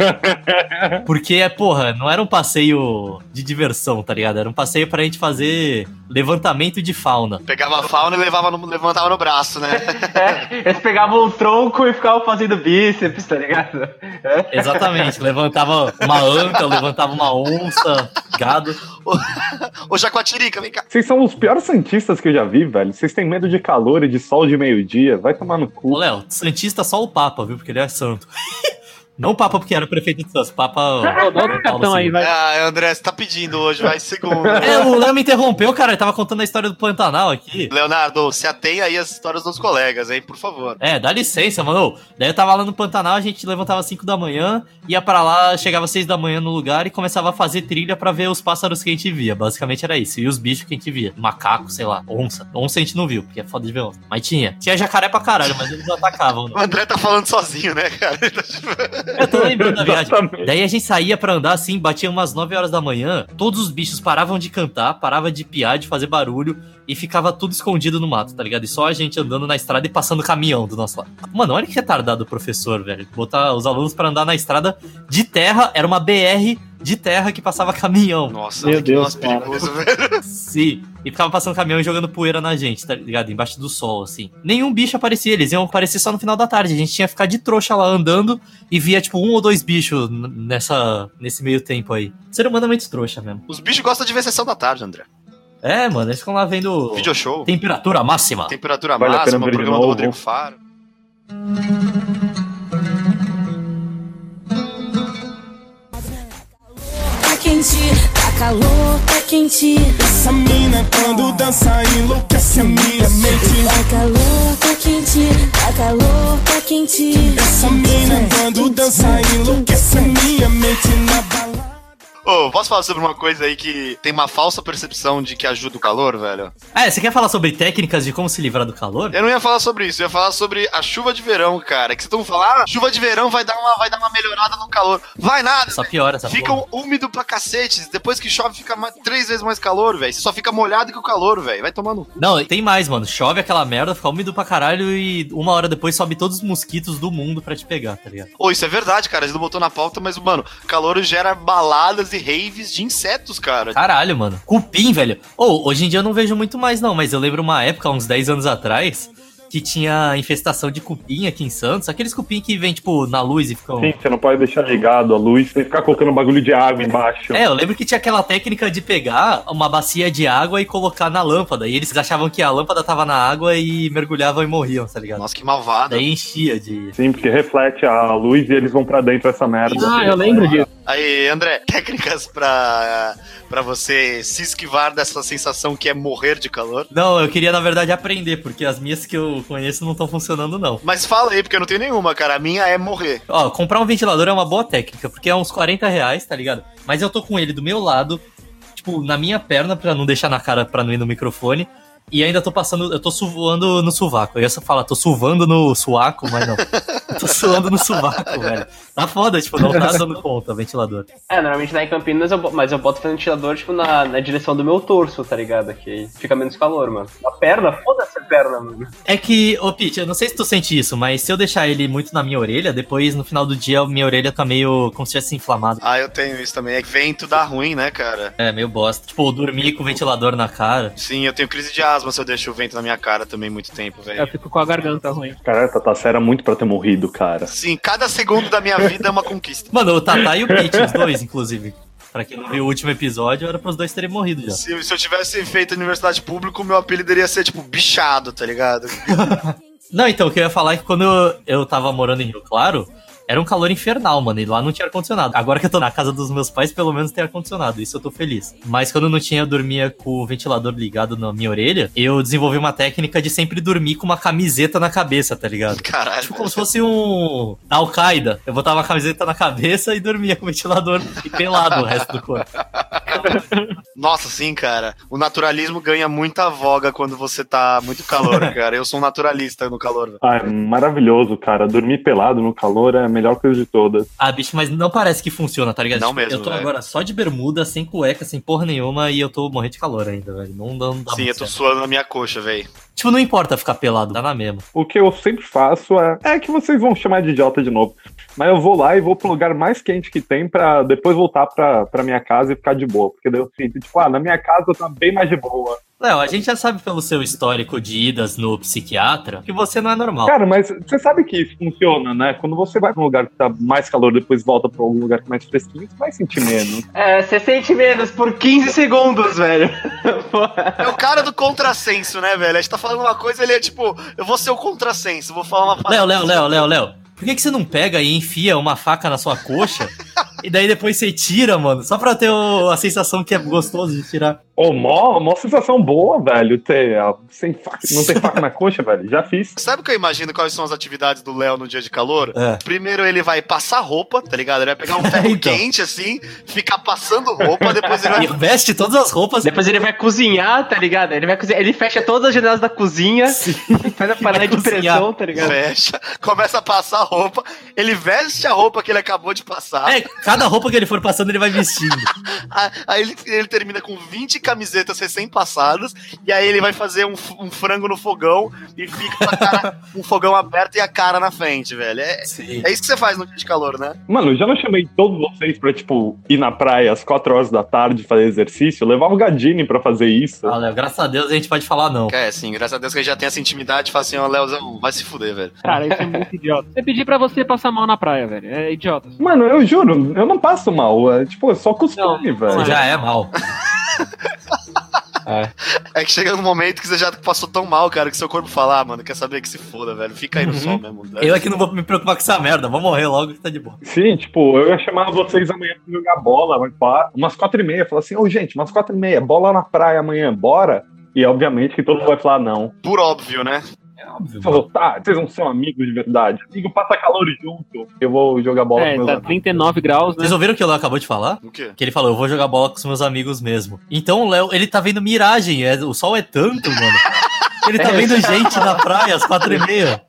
Porque, é, porra, não era um passeio de diversão, tá ligado? Era um passeio pra gente fazer levantamento de fauna.
Pegava a fauna e levava no- levantava no braço, né?
É, eles pegavam o tronco e ficavam fazendo bíceps, tá ligado? É.
Exatamente, levantava uma anta, levantava uma onça, gado.
Ô, Jacuatirica, vem cá.
Vocês são os piores santistas que eu já vi, velho. Vocês têm medo de calor e de sol de meio-dia. Vai tomar no
Ô,
cu.
Léo, Santista só o Papa, viu? Porque ele é santo. Não o Papa, porque era o prefeito de Santos. Papa.
*laughs* Pô, dá outro cartão aí, vai.
Ah, André, você tá pedindo hoje, vai
*laughs*
segundo.
É, o Léo me interrompeu, cara. Ele tava contando a história do Pantanal aqui.
Leonardo, se atenha aí às histórias dos colegas, hein, por favor.
É, dá licença, mano. Daí eu tava lá no Pantanal, a gente levantava 5 da manhã, ia pra lá, chegava 6 da manhã no lugar e começava a fazer trilha pra ver os pássaros que a gente via. Basicamente era isso. E os bichos que a gente via. Macaco, sei lá, onça. Onça a gente não viu, porque é foda de ver onça. Mas tinha. Tinha jacaré pra caralho, mas eles não atacavam.
O André tá falando sozinho, né, cara?
Eu tô lembrando da viagem.
Exatamente.
Daí a gente saía pra andar assim, batia umas 9 horas da manhã, todos os bichos paravam de cantar, parava de piar, de fazer barulho e ficava tudo escondido no mato, tá ligado? E só a gente andando na estrada e passando caminhão do nosso lado. Mano, olha que retardado o professor, velho. Botar os alunos pra andar na estrada de terra, era uma BR de terra que passava caminhão.
Nossa,
Meu
olha que
Deus,
nossa,
cara.
perigoso, velho.
Sim. E ficava passando caminhão e jogando poeira na gente, tá ligado? Embaixo do sol, assim. Nenhum bicho aparecia, eles iam aparecer só no final da tarde. A gente tinha que ficar de trouxa lá andando e via, tipo, um ou dois bichos n- nessa, nesse meio tempo aí. O ser humano é muito trouxa mesmo.
*laughs* Os bichos gostam de ver sessão da tarde, André.
É, mano, eles ficam lá vendo
Video show,
temperatura máxima.
temperatura
Vale a pena
máxima,
ver de
programa do
novo.
Rodrigo Faro.
tá quente, tá calor, tá quente.
Essa mina quando dança enlouquece a minha mente.
Tá calor, tá quente, tá calor, tá quente.
Essa mina quando dança enlouquece a minha mente na balada.
Ô, posso falar sobre uma coisa aí que tem uma falsa percepção de que ajuda o calor, velho?
Ah, É, você quer falar sobre técnicas de como se livrar do calor?
Eu não ia falar sobre isso, eu ia falar sobre a chuva de verão, cara. Que vocês estão falando, ah, chuva de verão vai dar, uma, vai dar uma melhorada no calor. Vai nada,
Só piora essa porra.
Ficam um úmido pra cacete. Depois que chove, fica mais- três vezes mais calor, velho. Você só fica molhado que o calor, velho. Vai tomando.
Não, tem mais, mano. Chove aquela merda, fica úmido pra caralho e uma hora depois sobe todos os mosquitos do mundo pra te pegar, tá ligado?
Ô, isso é verdade, cara. A gente não botou na pauta, mas, mano, calor gera baladas e raves de insetos, cara.
Caralho, mano. Cupim, velho. Ou, hoje em dia eu não vejo muito mais, não, mas eu lembro uma época, uns 10 anos atrás, que tinha infestação de cupim aqui em Santos. Aqueles cupim que vem, tipo, na luz e ficam.
Sim, você não pode deixar ligado a luz, tem que ficar colocando um bagulho de água embaixo.
É, eu lembro que tinha aquela técnica de pegar uma bacia de água e colocar na lâmpada. E eles achavam que a lâmpada tava na água e mergulhavam e morriam, tá ligado?
Nossa, que malvado.
Daí enchia de.
Sim, assim, porque reflete a luz e eles vão pra dentro essa merda.
Ah, eu lembro disso.
Aí, André, *laughs* técnicas pra, pra você se esquivar dessa sensação que é morrer de calor.
Não, eu queria, na verdade, aprender, porque as minhas que eu conheço não estão funcionando, não.
Mas fala aí, porque eu não tenho nenhuma, cara. A minha é morrer.
Ó, comprar um ventilador é uma boa técnica, porque é uns 40 reais, tá ligado? Mas eu tô com ele do meu lado, tipo, na minha perna, pra não deixar na cara, pra não ir no microfone. E ainda tô passando, eu tô suando no sovaco. Eu ia só falar, tô suvando no suaco, mas não. *laughs* Eu tô suando no sovaco, velho. Tá foda, tipo, não tá dando conta, ventilador.
É, normalmente lá em Campinas, eu, bo- mas eu boto o ventilador, tipo, na, na direção do meu torso, tá ligado? Que fica menos calor, mano. A perna, foda-se a perna, mano.
É que, ô Pete, eu não sei se tu sente isso, mas se eu deixar ele muito na minha orelha, depois no final do dia minha orelha tá meio como se tivesse inflamado.
Ah, eu tenho isso também. É que vento dá ruim, né, cara?
É, meio bosta. Tipo, dormir com o ventilador na cara.
Sim, eu tenho crise de asma se eu deixo o vento na minha cara também muito tempo, velho.
Eu fico com a garganta ruim.
Caralho, Tatá, era muito pra ter morrido, cara.
Sim, cada segundo da minha vida é uma conquista.
Mano, o Tatá e o Pete, os dois, inclusive. Pra quem não viu o último episódio, era pros dois terem morrido já.
Se, se eu tivesse feito universidade pública, o meu apelido iria ser, tipo, bichado, tá ligado?
*laughs* Não, então, o que eu ia falar é que quando eu, eu tava morando em Rio Claro, era um calor infernal, mano, e lá não tinha ar-condicionado. Agora que eu tô na casa dos meus pais, pelo menos tem ar-condicionado, isso eu tô feliz. Mas quando não tinha, eu dormia com o ventilador ligado na minha orelha, eu desenvolvi uma técnica de sempre dormir com uma camiseta na cabeça, tá ligado?
Caralho.
Tipo, como se fosse um da Al-Qaeda. Eu botava a camiseta na cabeça e dormia com o ventilador *laughs* e pelado o resto do corpo.
Nossa, sim, cara. O naturalismo ganha muita voga quando você tá muito
*laughs*
calor, cara. Eu sou um naturalista no calor. velho.
Ah, é maravilhoso, cara. Dormir pelado no calor é a melhor coisa de todas.
Ah, bicho, mas não parece que funciona, tá ligado?
Não
Tipo,
mesmo,
Eu tô
velho.
agora só de bermuda, sem cueca, sem porra nenhuma e eu tô morrendo de calor ainda, velho. Não, dá- não dá
Sim,
muito
eu tô
Tá certo.
suando na minha coxa, velho.
Tipo, não importa ficar pelado, dá na mesma.
O que eu sempre faço é. É que vocês vão chamar de idiota de novo. Mas eu vou lá e vou pro lugar mais quente que tem pra depois voltar pra, pra minha casa e ficar de boa. Porque daí eu sinto, tipo, ah, na minha casa tá bem mais de boa.
Léo, a gente já sabe pelo seu histórico de idas no psiquiatra que você não é normal.
Cara, mas você sabe que isso funciona, né? Quando você vai pra um lugar que tá mais calor, depois volta pra algum lugar que é mais fresquinho, você vai sentir menos.
É, 60 menos por 15 segundos, velho.
É o cara do contrassenso, né, velho? A gente tá falando uma coisa, ele é tipo, eu vou ser o contrassenso, vou falar uma
Léo, Léo, Léo, Léo, Léo. Por que, que você não pega e enfia uma faca na sua
*laughs*
coxa? e daí depois você tira, mano. Só pra ter o- a sensação que é gostoso de tirar.
Ô, mó, mó sensação boa, velho. Ter, a- sem faca, não ter faca na coxa, velho. Já fiz.
Sabe o que eu imagino quais são as atividades do Léo no dia de calor?
É.
Primeiro ele vai passar roupa, tá ligado? Ele vai pegar um
*laughs*
ferro
Então.
quente assim, ficar passando roupa, depois ele
E
vai.
veste todas as
*laughs*
roupas.
Depois ele vai cozinhar, tá ligado? Ele vai cozinhar, ele fecha todas as janelas da cozinha, faz a parada de
cozinhar.
pressão, tá
É.
ligado?
Fecha, começa a passar roupa, ele veste a roupa que ele acabou de passar,
É, cada roupa que ele for passando, ele vai vestindo.
a- aí ele, ele termina com 20 camisetas recém-passadas, e aí ele vai fazer um, f- um frango no fogão e fica com a *laughs* cara, um fogão aberto e a cara na frente, velho. É,
Sim.
é isso que você faz no dia de calor, né?
Mano, eu já não chamei todos vocês pra, tipo, ir na praia às 4 horas da tarde fazer exercício? Eu Levava o Gadini pra fazer isso.
Ah, Léo, graças a Deus a gente pode falar não.
É, sim, graças a Deus que ele já tem essa intimidade, fala assim, ó, Léozão, vai se fuder, velho.
Cara, isso é muito idiota. Você pedir pra você passar mal na praia, velho. É idiota.
Mano, eu juro, eu não passo mal. É, tipo, é só costume,
Você
velho.
já é mal.
É que chega um momento que você já passou tão mal, cara, que seu corpo fala, ah, mano, quer saber que se foda, velho. Fica aí no sol mesmo.
Eu aqui não vou me preocupar com essa merda. Vou morrer logo que tá de boa.
Sim, tipo, eu ia chamar vocês amanhã pra jogar bola, mas pá, umas quatro e meia. Falar assim, ô gente, umas quatro e meia, bola na praia amanhã, bora? E obviamente que todo mundo vai falar não.
Por óbvio, né?
É óbvio.
Falou, tá, vocês não são amigos de verdade. Amigo, passa calor junto. Eu vou jogar bola
É,
com meus
tá
amigos.
39 graus, né?
Vocês ouviram o que o Léo acabou de falar?
O quê?
Que ele falou, eu vou jogar bola com os meus amigos mesmo. Então o Léo, ele tá vendo miragem, é- o sol é tanto, mano. Ele tá vendo gente na praia às quatro e meia.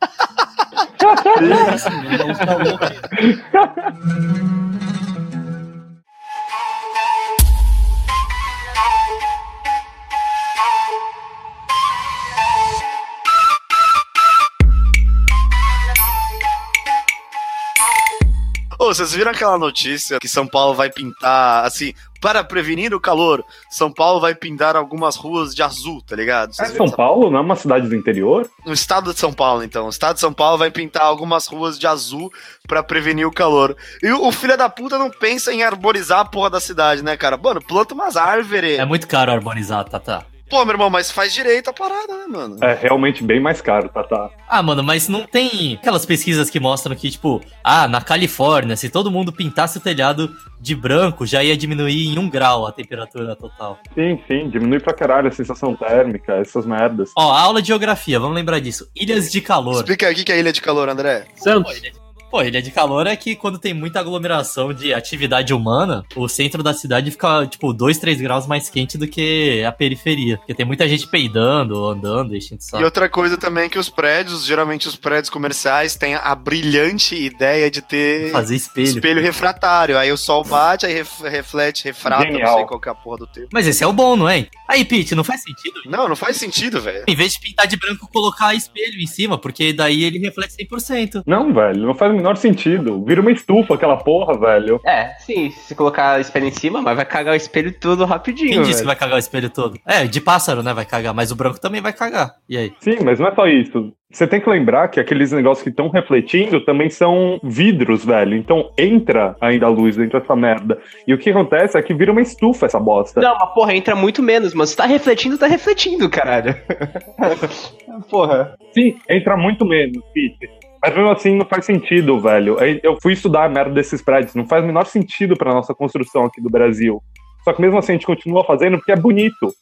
Ô, vocês viram aquela notícia que São Paulo vai pintar, assim, para prevenir o calor, São Paulo vai pintar algumas ruas de azul, tá ligado?
É
Vocês viram
São
essa-
Paulo, não é uma cidade do interior?
No estado de São Paulo, então. O estado de São Paulo vai pintar algumas ruas de azul pra prevenir o calor. E o, o filho da puta não pensa em arborizar a porra da cidade, né, cara? Mano, planta umas árvores.
É muito caro arborizar, tá, tá.
Pô, meu irmão, mas faz direito a parada, né, mano?
É realmente bem mais caro, tá? tá.
Ah, mano, mas não tem aquelas pesquisas que mostram que, tipo, ah, na Califórnia, se todo mundo pintasse o telhado de branco, já ia diminuir em um grau a temperatura total.
Sim, sim, diminui pra caralho a sensação térmica, essas merdas.
Ó, aula de geografia, vamos lembrar disso. Ilhas de calor.
Explica aí o que que é ilha de calor, André.
Santos.
Pô, ilha de calor é que quando tem muita aglomeração de atividade humana, o centro da cidade fica, tipo, 2, 3 graus mais quente do que a periferia. Porque tem muita gente peidando, andando, enchendo o
E
Tá.
saco.
outra coisa também é que os prédios, geralmente os prédios comerciais, têm a brilhante ideia de ter
Fazer espelho.
espelho refratário. Aí o sol bate, aí ref- reflete, refrata,
Genial.
não sei qual que é a porra do termo.
Mas esse é o bom, não é? Aí, Pete, não faz sentido?
Não, não faz sentido, velho.
Em vez de pintar de branco, colocar espelho em cima, porque daí ele reflete 100%.
Não, velho, não faz o menor sentido. Vira uma estufa aquela porra, velho.
É, sim, se colocar o espelho em cima, mas vai cagar o espelho tudo rapidinho.
Quem disse que
velho.
vai cagar o espelho todo? É, de pássaro, né? Vai cagar, mas o branco também vai cagar. E aí?
Sim, mas não é só isso. Você tem que lembrar que aqueles negócios que estão refletindo também são vidros, velho. Então entra ainda a luz dentro dessa merda. E o que acontece é que vira uma estufa essa bosta.
Não, mas porra, entra muito menos, mano. Se tá refletindo, tá refletindo, caralho. *laughs* porra.
Sim, entra muito menos, Pete. Mas mesmo assim não faz sentido, velho. Aí Eu fui estudar a merda desses prédios. Não faz o menor sentido pra nossa construção aqui do Brasil. Só que mesmo assim a gente continua fazendo porque é bonito.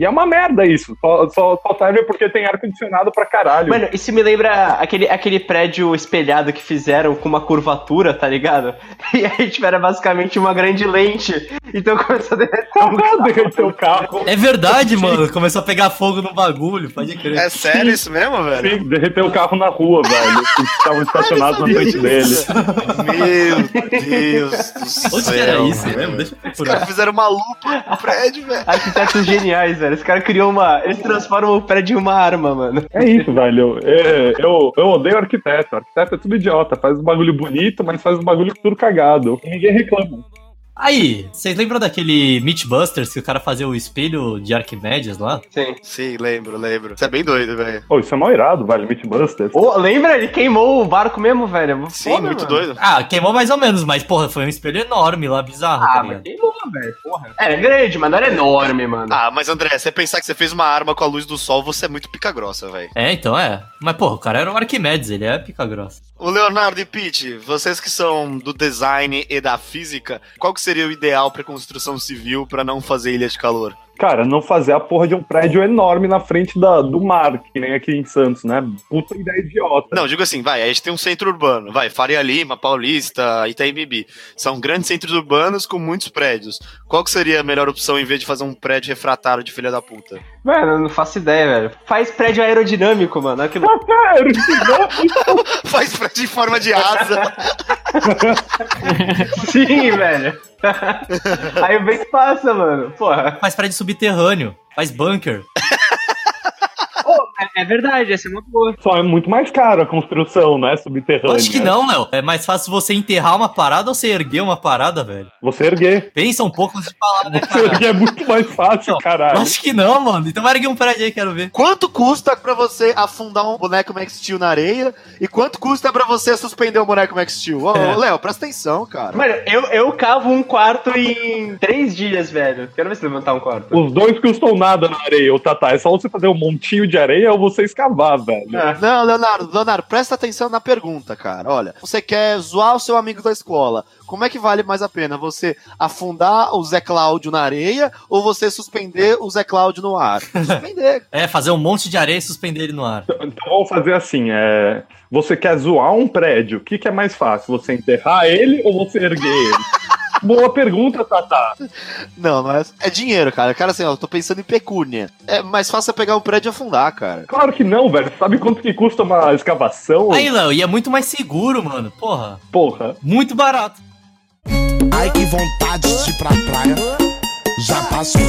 E é uma merda isso. Só, só, só serve porque tem ar-condicionado pra caralho.
Mano, isso me lembra aquele, aquele prédio espelhado que fizeram com uma curvatura, tá ligado? *laughs* E aí tiveram basicamente uma grande lente. Então começou a derreter um
Ah, derreteu o carro.
É verdade, mano. Começou a pegar fogo no bagulho, pode crer. *laughs*
É sério isso mesmo, velho?
Sim, derreteu o carro na rua, velho. Que estavam estacionados na frente dele.
Meu Deus do céu.
Onde que
é
era isso mesmo?
velho.
Deixa eu
Os
procurar.
caras fizeram uma lupa no prédio, velho.
*laughs* Arquitetos geniais, velho. Os caras criam uma. Eles transformam o prédio em uma arma, mano.
É isso, velho. É, eu, eu odeio arquiteto. Arquiteto é tudo idiota. Faz um bagulho bonito, mas faz um bagulho tudo cagado. E ninguém reclama.
Aí, vocês lembram daquele Meatbusters que o cara fazia o espelho de Arquimedes lá?
Sim.
Sim, lembro, lembro. Isso é bem doido, velho.
Pô, isso é mal irado, velho. Mythbusters.
Ô, lembra? Ele queimou o barco mesmo, velho.
Sim,
Foda,
muito
mano.
doido.
Ah, queimou mais ou menos, mas porra, foi um espelho enorme lá, bizarro.
Ah,
tá
mas
ligado?
queimou,
velho. Porra.
Era É grande, mas não era enorme, mano.
Ah, mas André, você pensar que você fez uma arma com a luz do sol, você é muito pica grossa, velho.
É, então é. Mas, porra, o cara era o Arquimedes, ele é pica grossa.
O Leonardo e Pete, vocês que são do design e da física, qual que seria o ideal pra construção civil pra não fazer ilha de calor?
Cara, não fazer a porra de um prédio enorme na frente da, do mar, que nem aqui em Santos, né? Puta ideia idiota.
Não, digo assim, vai, a gente tem um centro urbano, vai, Faria Lima, Paulista, Itaim Bibi. São grandes centros urbanos com muitos prédios. Qual que seria a melhor opção em vez de fazer um prédio refratário de filha da puta? *laughs*
Mano, eu não faço ideia, velho. Faz prédio aerodinâmico, mano. Aquilo...
Cara, que
Faz prédio em forma de asa.
Sim, velho. *laughs* Aí o bem passa, mano. Porra.
Faz prédio subterrâneo, faz bunker.
É, verdade, essa é muito boa.
Só é muito mais caro a construção, né?
Eu
Subterrânea.
acho que não, Léo. É mais fácil você enterrar uma parada ou você erguer uma parada, velho.
Você erguer.
Pensa um pouco antes de falar, né,
Você
cara?
erguer é muito mais fácil,
Não, Eu
caralho.
acho que não, mano. Então vai erguer um prédio aí, quero ver.
Quanto custa pra você afundar um boneco Max Steel na areia? E quanto custa pra você suspender um boneco Max Steel? Ô,
É.
ô, Léo, presta atenção, cara.
Mano, eu, eu cavo um quarto em três dias, velho. Quero ver se levantar um quarto.
Os dois custam nada na areia, ô Tatá. É só você fazer um montinho de areia ou você escavar, velho.
Ah,
Não, Leonardo, Leonardo, presta atenção na pergunta, cara. Olha, você quer zoar o seu amigo da escola. Como é que vale mais a pena? Você afundar o Zé Cláudio na areia ou você suspender o Zé Cláudio no *laughs* ar? Suspender.
É, fazer um monte de areia e suspender ele no ar.
Então vamos fazer assim: é... você quer zoar um prédio, o que, que é mais fácil? Você enterrar ele ou você erguer ele? Boa pergunta, Tatá.
Não, não é. É dinheiro, cara. Cara, assim, ó, eu tô pensando em pecúnia. É mais fácil é pegar um prédio e afundar, cara.
Claro que não, velho. Sabe quanto que custa uma escavação?
Aí, Léo, e é muito mais seguro, mano. Porra,
Porra.
muito barato.
Ai que vontade de ir pra praia. Já passou.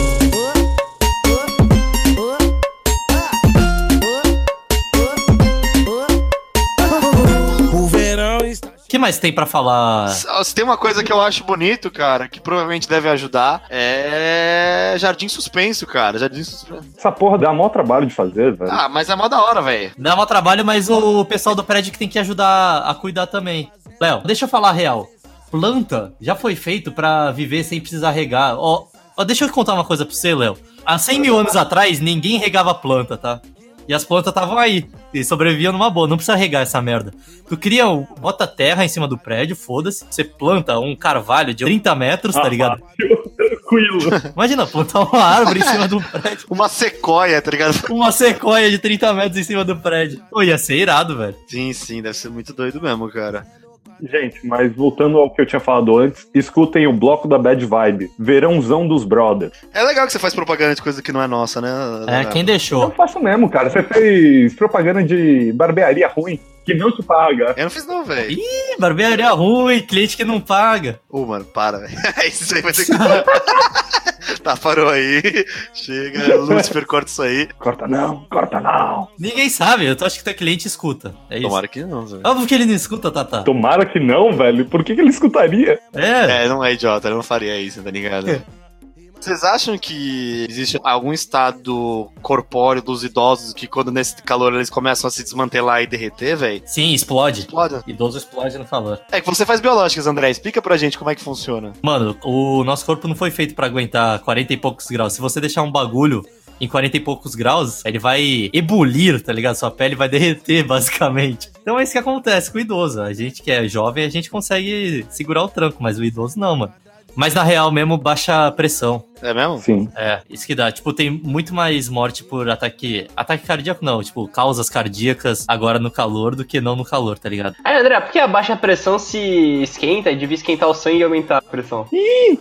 O verão está.
O que mais tem pra falar?
Só- Se tem uma coisa que eu acho bonito, cara, que provavelmente deve ajudar, é. Jardim suspenso, cara. Jardim suspenso.
Essa porra dá maior trabalho de fazer, velho.
Ah, mas é mó da hora, velho.
Dá mó trabalho, mas o pessoal do prédio que tem que ajudar a cuidar também. Léo, deixa eu falar a real. Planta já foi feito pra viver sem precisar regar. Ó, ó, deixa eu contar uma coisa pra você, Léo. Há 100 mil anos atrás, ninguém regava planta, tá? E as plantas estavam aí. E sobreviviam numa boa. Não precisa regar essa merda. Tu cria, um- bota terra em cima do prédio, foda-se. Você planta um carvalho de 30 metros, tá ligado?
Tranquilo.
Imagina, plantar uma árvore em cima do prédio.
Uma sequoia, tá ligado?
Uma sequoia de 30 metros em cima do prédio. Pô, ia ser irado, velho.
Sim, sim, deve ser muito doido mesmo, cara.
Gente, mas voltando ao que eu tinha falado antes, escutem o bloco da Bad Vibe, Verãozão dos Brothers.
É legal que você faz propaganda de coisa que não é nossa, né?
É, quem
Eu
deixou?
faço mesmo, cara. Você fez propaganda de barbearia ruim, que não te paga.
Eu não fiz não, velho.
Ih, barbearia ruim, cliente que não paga.
Ô, mano, para, velho. *laughs* isso aí vai ter que. *laughs* tá, parou aí. Chega, Lucifer, corta isso aí.
Corta não, corta não.
Ninguém sabe, eu tô acho que teu cliente escuta. É isso.
Tomara que não, velho.
Óbvio que ele não escuta, Tata.
Tomara que não, velho. Por que, que ele escutaria?
É.
É, não é idiota, eu não faria isso, tá ligado? Vocês acham que existe algum estado corpóreo dos idosos que quando nesse calor eles começam a se desmantelar e derreter, velho?
Sim, explode.
Explode.
Idoso explode no calor.
É que você faz biológicas, André. Explica pra gente como é que funciona.
Mano, o nosso corpo não foi feito pra aguentar 40 e poucos graus. Se você deixar um bagulho em 40 e poucos graus, ele vai ebulir, tá ligado? Sua pele vai derreter, *laughs* basicamente. Então é isso que acontece com o idoso. A gente que é jovem, a gente consegue segurar o tranco, mas o idoso não, mano. Mas na real mesmo, baixa a pressão.
É mesmo?
Sim.
É, isso que dá. Tipo, tem muito mais morte por ataque. Ataque cardíaco, não. Tipo, causas cardíacas agora no calor do que não no calor, tá ligado?
Aí, É, André, por que a baixa pressão se esquenta e devia esquentar o sangue e aumentar a pressão?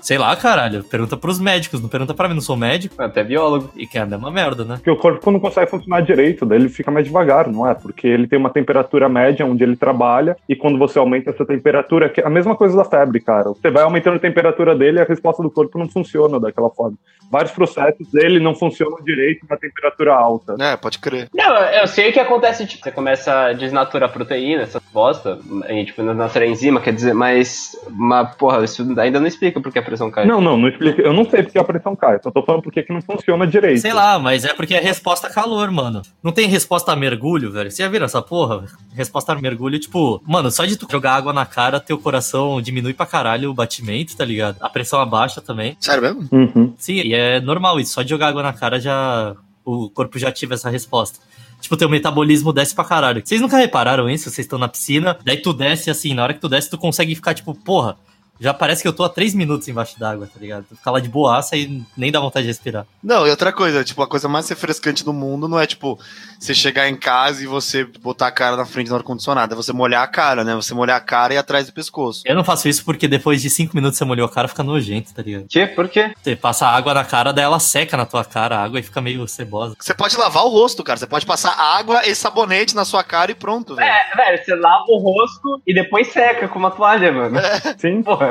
Sei lá, caralho. Pergunta pros médicos, não pergunta pra mim, não sou médico.
Até biólogo.
E que é uma merda, né?
Porque o corpo não consegue funcionar direito, daí ele fica mais devagar, não é? Porque ele tem uma temperatura média onde ele trabalha, e quando você aumenta essa temperatura, que é a mesma coisa da febre, cara. Você vai aumentando a temperatura dele e a resposta do corpo não funciona daquela daquela forma. Vários processos dele não funcionam direito na temperatura alta.
É, pode crer.
Não, eu sei o que acontece, tipo, você começa a desnaturar a proteína, essas bosta, e, tipo, desnaturar a enzima, quer dizer, mas, mas, porra, isso ainda não explica porque a pressão cai.
Não, não, não explica. Eu não sei porque a pressão cai. Só tô falando porque que não funciona direito.
Sei lá, mas é porque é resposta a calor, mano. Não tem resposta a mergulho, velho. Você já viram essa porra? Resposta a mergulho, tipo, mano, só de tu jogar água na cara, teu coração diminui pra caralho o batimento, tá ligado? A pressão abaixa também.
Sério mesmo?
Uhum.
Sim, e é normal isso. Só de jogar água na cara já. O corpo já ativa essa resposta. Tipo, teu metabolismo desce pra caralho. Vocês nunca repararam isso? Vocês estão na piscina, daí tu desce assim, na hora que tu desce, tu consegue ficar tipo, porra, já parece que eu tô há três minutos embaixo d'água, tá ligado? Tu fica lá de boaça e nem dá vontade de respirar.
Não, e outra coisa, tipo, a coisa mais refrescante do mundo não é, tipo, você chegar em casa e você botar a cara na frente do ar-condicionado. É você molhar a cara, né? Você molhar a cara e atrás do pescoço.
Eu não faço isso porque depois de cinco minutos você molhou a cara, fica nojento, tá ligado?
Que? Por quê?
Você passa água na cara, daí ela seca na tua cara, a água e fica meio cebosa.
Você pode lavar o rosto, cara. Você pode passar água e sabonete na sua cara e pronto, velho.
É, velho, você lava o rosto e depois seca com uma toalha, mano.
Sim.
Porra.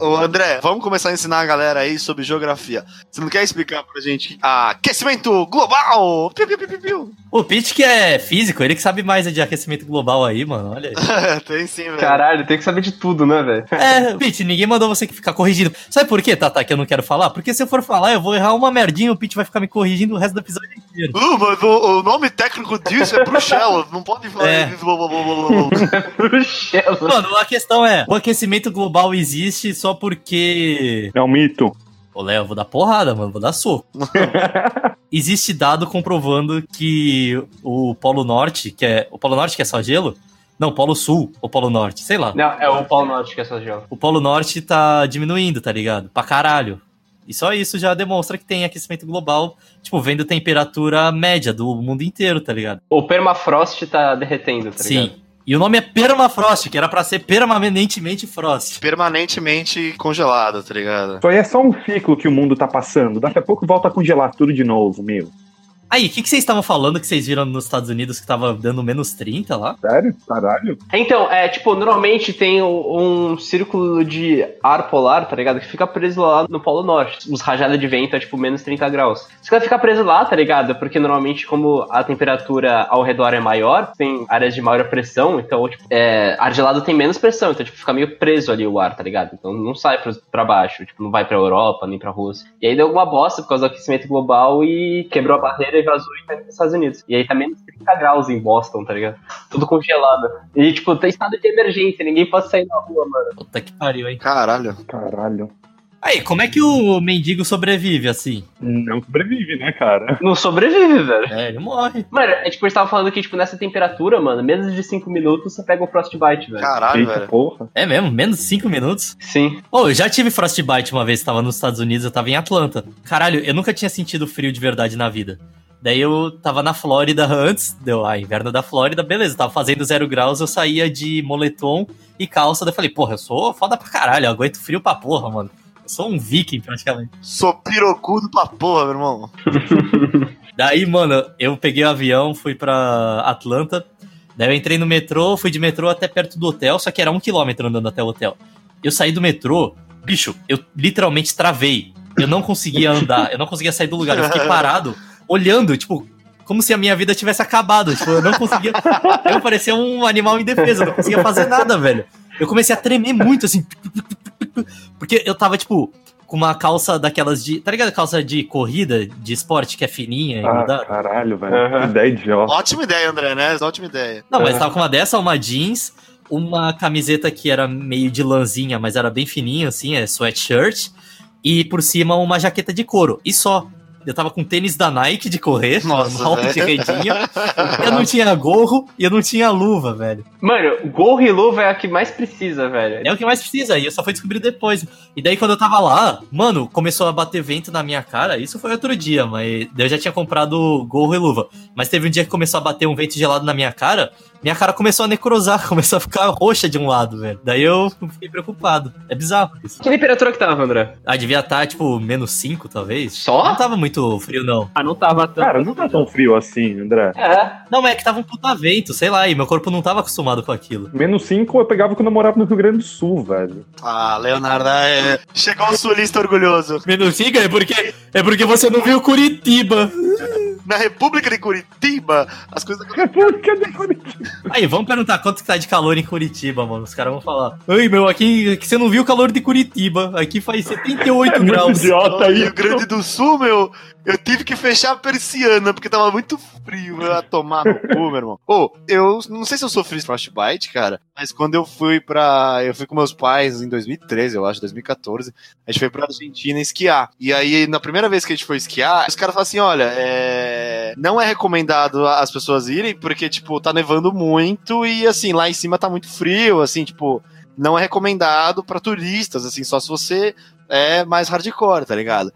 Ô, André, vamos começar a ensinar a galera aí sobre geografia. Você não quer explicar pra gente ah, aquecimento global? Piu, piu, piu, piu, piu. *laughs*
O Pete que é físico, ele que sabe mais de aquecimento global aí, mano. Olha aí.
Tem sim, velho.
Caralho, tem que saber de tudo, né, velho?
É, Pete, ninguém mandou você ficar corrigindo. Sabe por quê, Tata, que eu não quero falar? Porque se eu for falar, eu vou errar uma merdinha, o Pete vai ficar me corrigindo o resto do episódio inteiro.
Uh, mas o, o nome técnico disso é Bruxelas, não pode falar
É.
isso, blá, blá, blá, blá, blá.
Bruxelas.
Mano, a questão é, o aquecimento global existe só porque...
É um mito.
Ô, Léo, eu vou dar porrada, mano, vou dar soco.
*laughs*
existe dado comprovando que o Polo Norte, que é... O Polo Norte que é só gelo? Não, Polo Sul ou Polo Norte, sei lá.
Não, é o Paulo Norte que é essa gel.
o Polo Norte tá diminuindo, tá ligado? Pra caralho. E só isso já demonstra que tem aquecimento global, tipo, vendo temperatura média do mundo inteiro, tá ligado?
O permafrost tá derretendo, tá ligado?
Sim. E o nome é permafrost, que era pra ser permanentemente frost.
Permanentemente congelado, tá ligado?
Isso aí é só um ciclo que o mundo tá passando. Daqui a pouco volta a congelar tudo de novo, meu.
Aí, o que, que vocês estavam falando que vocês viram nos Estados Unidos que tava dando menos 30 lá?
Sério? Caralho?
Então, é, tipo, normalmente tem um, um círculo de ar polar, tá ligado? Que fica preso lá no Polo Norte. Os rajadas de vento é, tipo, menos 30 graus. Você quer ficar preso lá, tá ligado? Porque normalmente, como a temperatura ao redor é maior, tem áreas de maior pressão, então, tipo, é, ar gelado tem menos pressão, então, tipo, fica meio preso ali o ar, tá ligado? Então não sai pra, pra baixo, tipo, não vai pra Europa, nem pra Rússia. E aí deu alguma bosta por causa do aquecimento global e quebrou a barreira e vazou e tá nos Estados Unidos. E aí tá menos 30 graus em Boston, tá ligado? Tudo congelado. E, tipo, tem estado de emergência, ninguém pode sair na rua, *laughs* mano.
Puta que pariu, hein?
Caralho.
Caralho.
Aí, como é que o mendigo sobrevive assim?
Não sobrevive, né, cara?
Não sobrevive, velho.
É, ele morre.
Mano, é tipo, a gente tava falando que, tipo, nessa temperatura, mano, menos de 5 minutos você pega o Frostbite, velho.
Caralho,
Eita
Ah, velho.
porra.
É mesmo? Menos 5 minutos?
Sim.
Ô, eu já tive frostbite uma vez, tava nos Estados Unidos, eu tava em Atlanta. Caralho, eu nunca tinha sentido frio de verdade na vida. Daí eu tava na Flórida antes, deu a inverno da Flórida, beleza, tava fazendo zero graus, eu saía de moletom e calça, daí eu falei, porra, eu sou foda pra caralho, eu aguento frio pra porra, mano. Eu sou um viking, praticamente.
Sou pirocudo pra porra, meu irmão.
Daí, mano, eu peguei o avião, fui pra Atlanta. Daí eu entrei no metrô, fui de metrô até perto do hotel, só que era um quilômetro andando até o hotel. Eu saí do metrô, bicho, eu literalmente travei. Eu não conseguia andar, eu não conseguia sair do lugar. Eu fiquei parado, olhando, tipo, como se a minha vida tivesse acabado. Tipo, eu não conseguia. Eu parecia um animal indefeso, eu não conseguia fazer nada, velho. Eu comecei a tremer muito, assim. Porque eu tava, tipo, com uma calça daquelas de. Tá ligado? Calça de corrida, de esporte, que é fininha e mudada.
Ah, caralho, velho. Que Ideia idiota.
Ótima ideia, André, né? Ótima ideia.
Não, mas tava com uma dessa, uma jeans, uma camiseta que era meio de lãzinha, mas era bem fininha, assim, é sweatshirt, e por cima uma jaqueta de couro, e só. Eu tava com tênis da Nike de correr,
Nossa,
normal,
velho.
de redinha. Eu não tinha gorro e eu não tinha luva, velho.
Mano, gorro e luva é a que mais precisa, velho.
É o que mais precisa, e eu só fui descobrir depois. E daí quando eu tava lá, mano, começou a bater vento na minha cara. Isso foi outro dia, mas daí eu já tinha comprado gorro e luva. Mas teve um dia que começou a bater um vento gelado na minha cara, Minha cara começou a necrosar, *laughs* começou a ficar roxa de um lado, velho. Daí eu fiquei preocupado. É bizarro isso.
Que temperatura que tava, André?
Ah, devia estar, tipo, menos 5, talvez.
Só?
Não tava muito frio, não.
Ah, não tava tanto.
Cara, não tá tão frio assim, André.
É.
Não, mas é que tava um puta vento, sei lá, e meu corpo não tava acostumado com aquilo.
Menos 5 eu pegava quando eu morava no Rio Grande do Sul, velho.
Ah, Leonardo, é... chegou o sulista orgulhoso.
Menos 5 é porque, é porque você não viu Curitiba.
Na República de Curitiba, as coisas.
República de Curitiba.
Aí, vamos perguntar quanto que tá de calor em Curitiba, mano. Os caras vão falar. Ai, meu, aqui, aqui você não viu o calor de Curitiba. Aqui faz 78
É muito
graus.
idiota
No
aí.
Rio Grande do Sul, meu, eu tive que fechar a persiana, porque tava muito frio, meu, a tomar no cu, meu irmão. Ô, eu não sei se eu sofri frostbite, cara, mas quando eu fui pra... Eu fui com meus pais em 2013, eu acho, 2014, a gente foi pra Argentina esquiar. E aí, na primeira vez que a gente foi esquiar, os caras falaram assim, olha, é... Não é recomendado as pessoas irem, porque, tipo, tá nevando muito e, assim, lá em cima tá muito frio, assim, tipo... Não é recomendado pra turistas, assim, só se você é mais hardcore, tá ligado?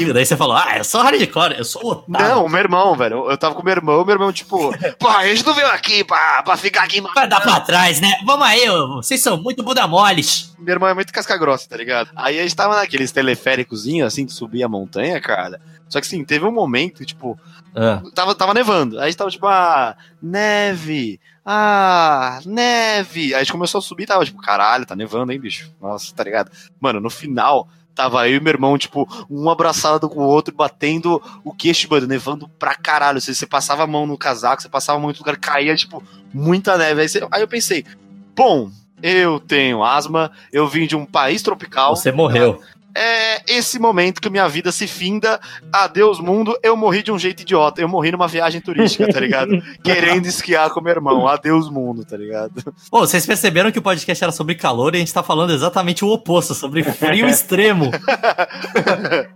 E daí você falou, ah, eu sou hardcore, eu sou otário.
Não, meu irmão, velho. Eu tava com meu irmão, meu irmão, tipo, pô, a gente não veio aqui pra, pra ficar aqui.
Vai dar pra trás, né? Vamos aí, ô, vocês são muito bunda moles.
Meu irmão é muito casca grossa, tá ligado? Aí a gente tava naqueles teleféricozinhos, assim, de subir a montanha, cara. Só que assim, teve um momento, que, tipo, tava, tava nevando. Aí a gente tava, tipo, ah, neve. Ah, neve. Aí a gente começou a subir, tava, tipo, caralho, tá nevando, hein, bicho? Nossa, tá ligado? Mano, no final. Tava eu e meu irmão, tipo, um abraçado com o outro, batendo o queixo, mano, nevando pra caralho. Você, você passava a mão no casaco, você passava a mão em outro lugar, caía, tipo, muita neve. Aí, você- aí eu pensei, bom, eu tenho asma, eu vim de um país tropical.
Você morreu.
É esse momento que minha vida se finda. Adeus, mundo. Eu morri de um jeito idiota. Eu morri numa viagem turística, tá ligado? Querendo esquiar com meu irmão. Adeus, mundo, tá ligado?
Ô, vocês perceberam que o podcast era sobre calor e a gente tá falando exatamente o oposto, sobre frio extremo.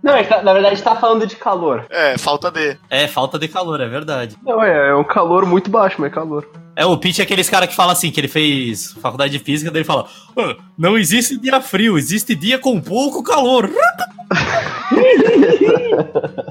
Não, ele tá- na verdade tá falando de calor.
É, falta de.
É, falta de calor, é verdade.
Não, é, é um calor muito baixo, mas é calor.
É, o Pete é aqueles cara que fala assim, que ele fez faculdade de física, daí ele fala, "Ah, não existe dia frio, existe dia com pouco calor.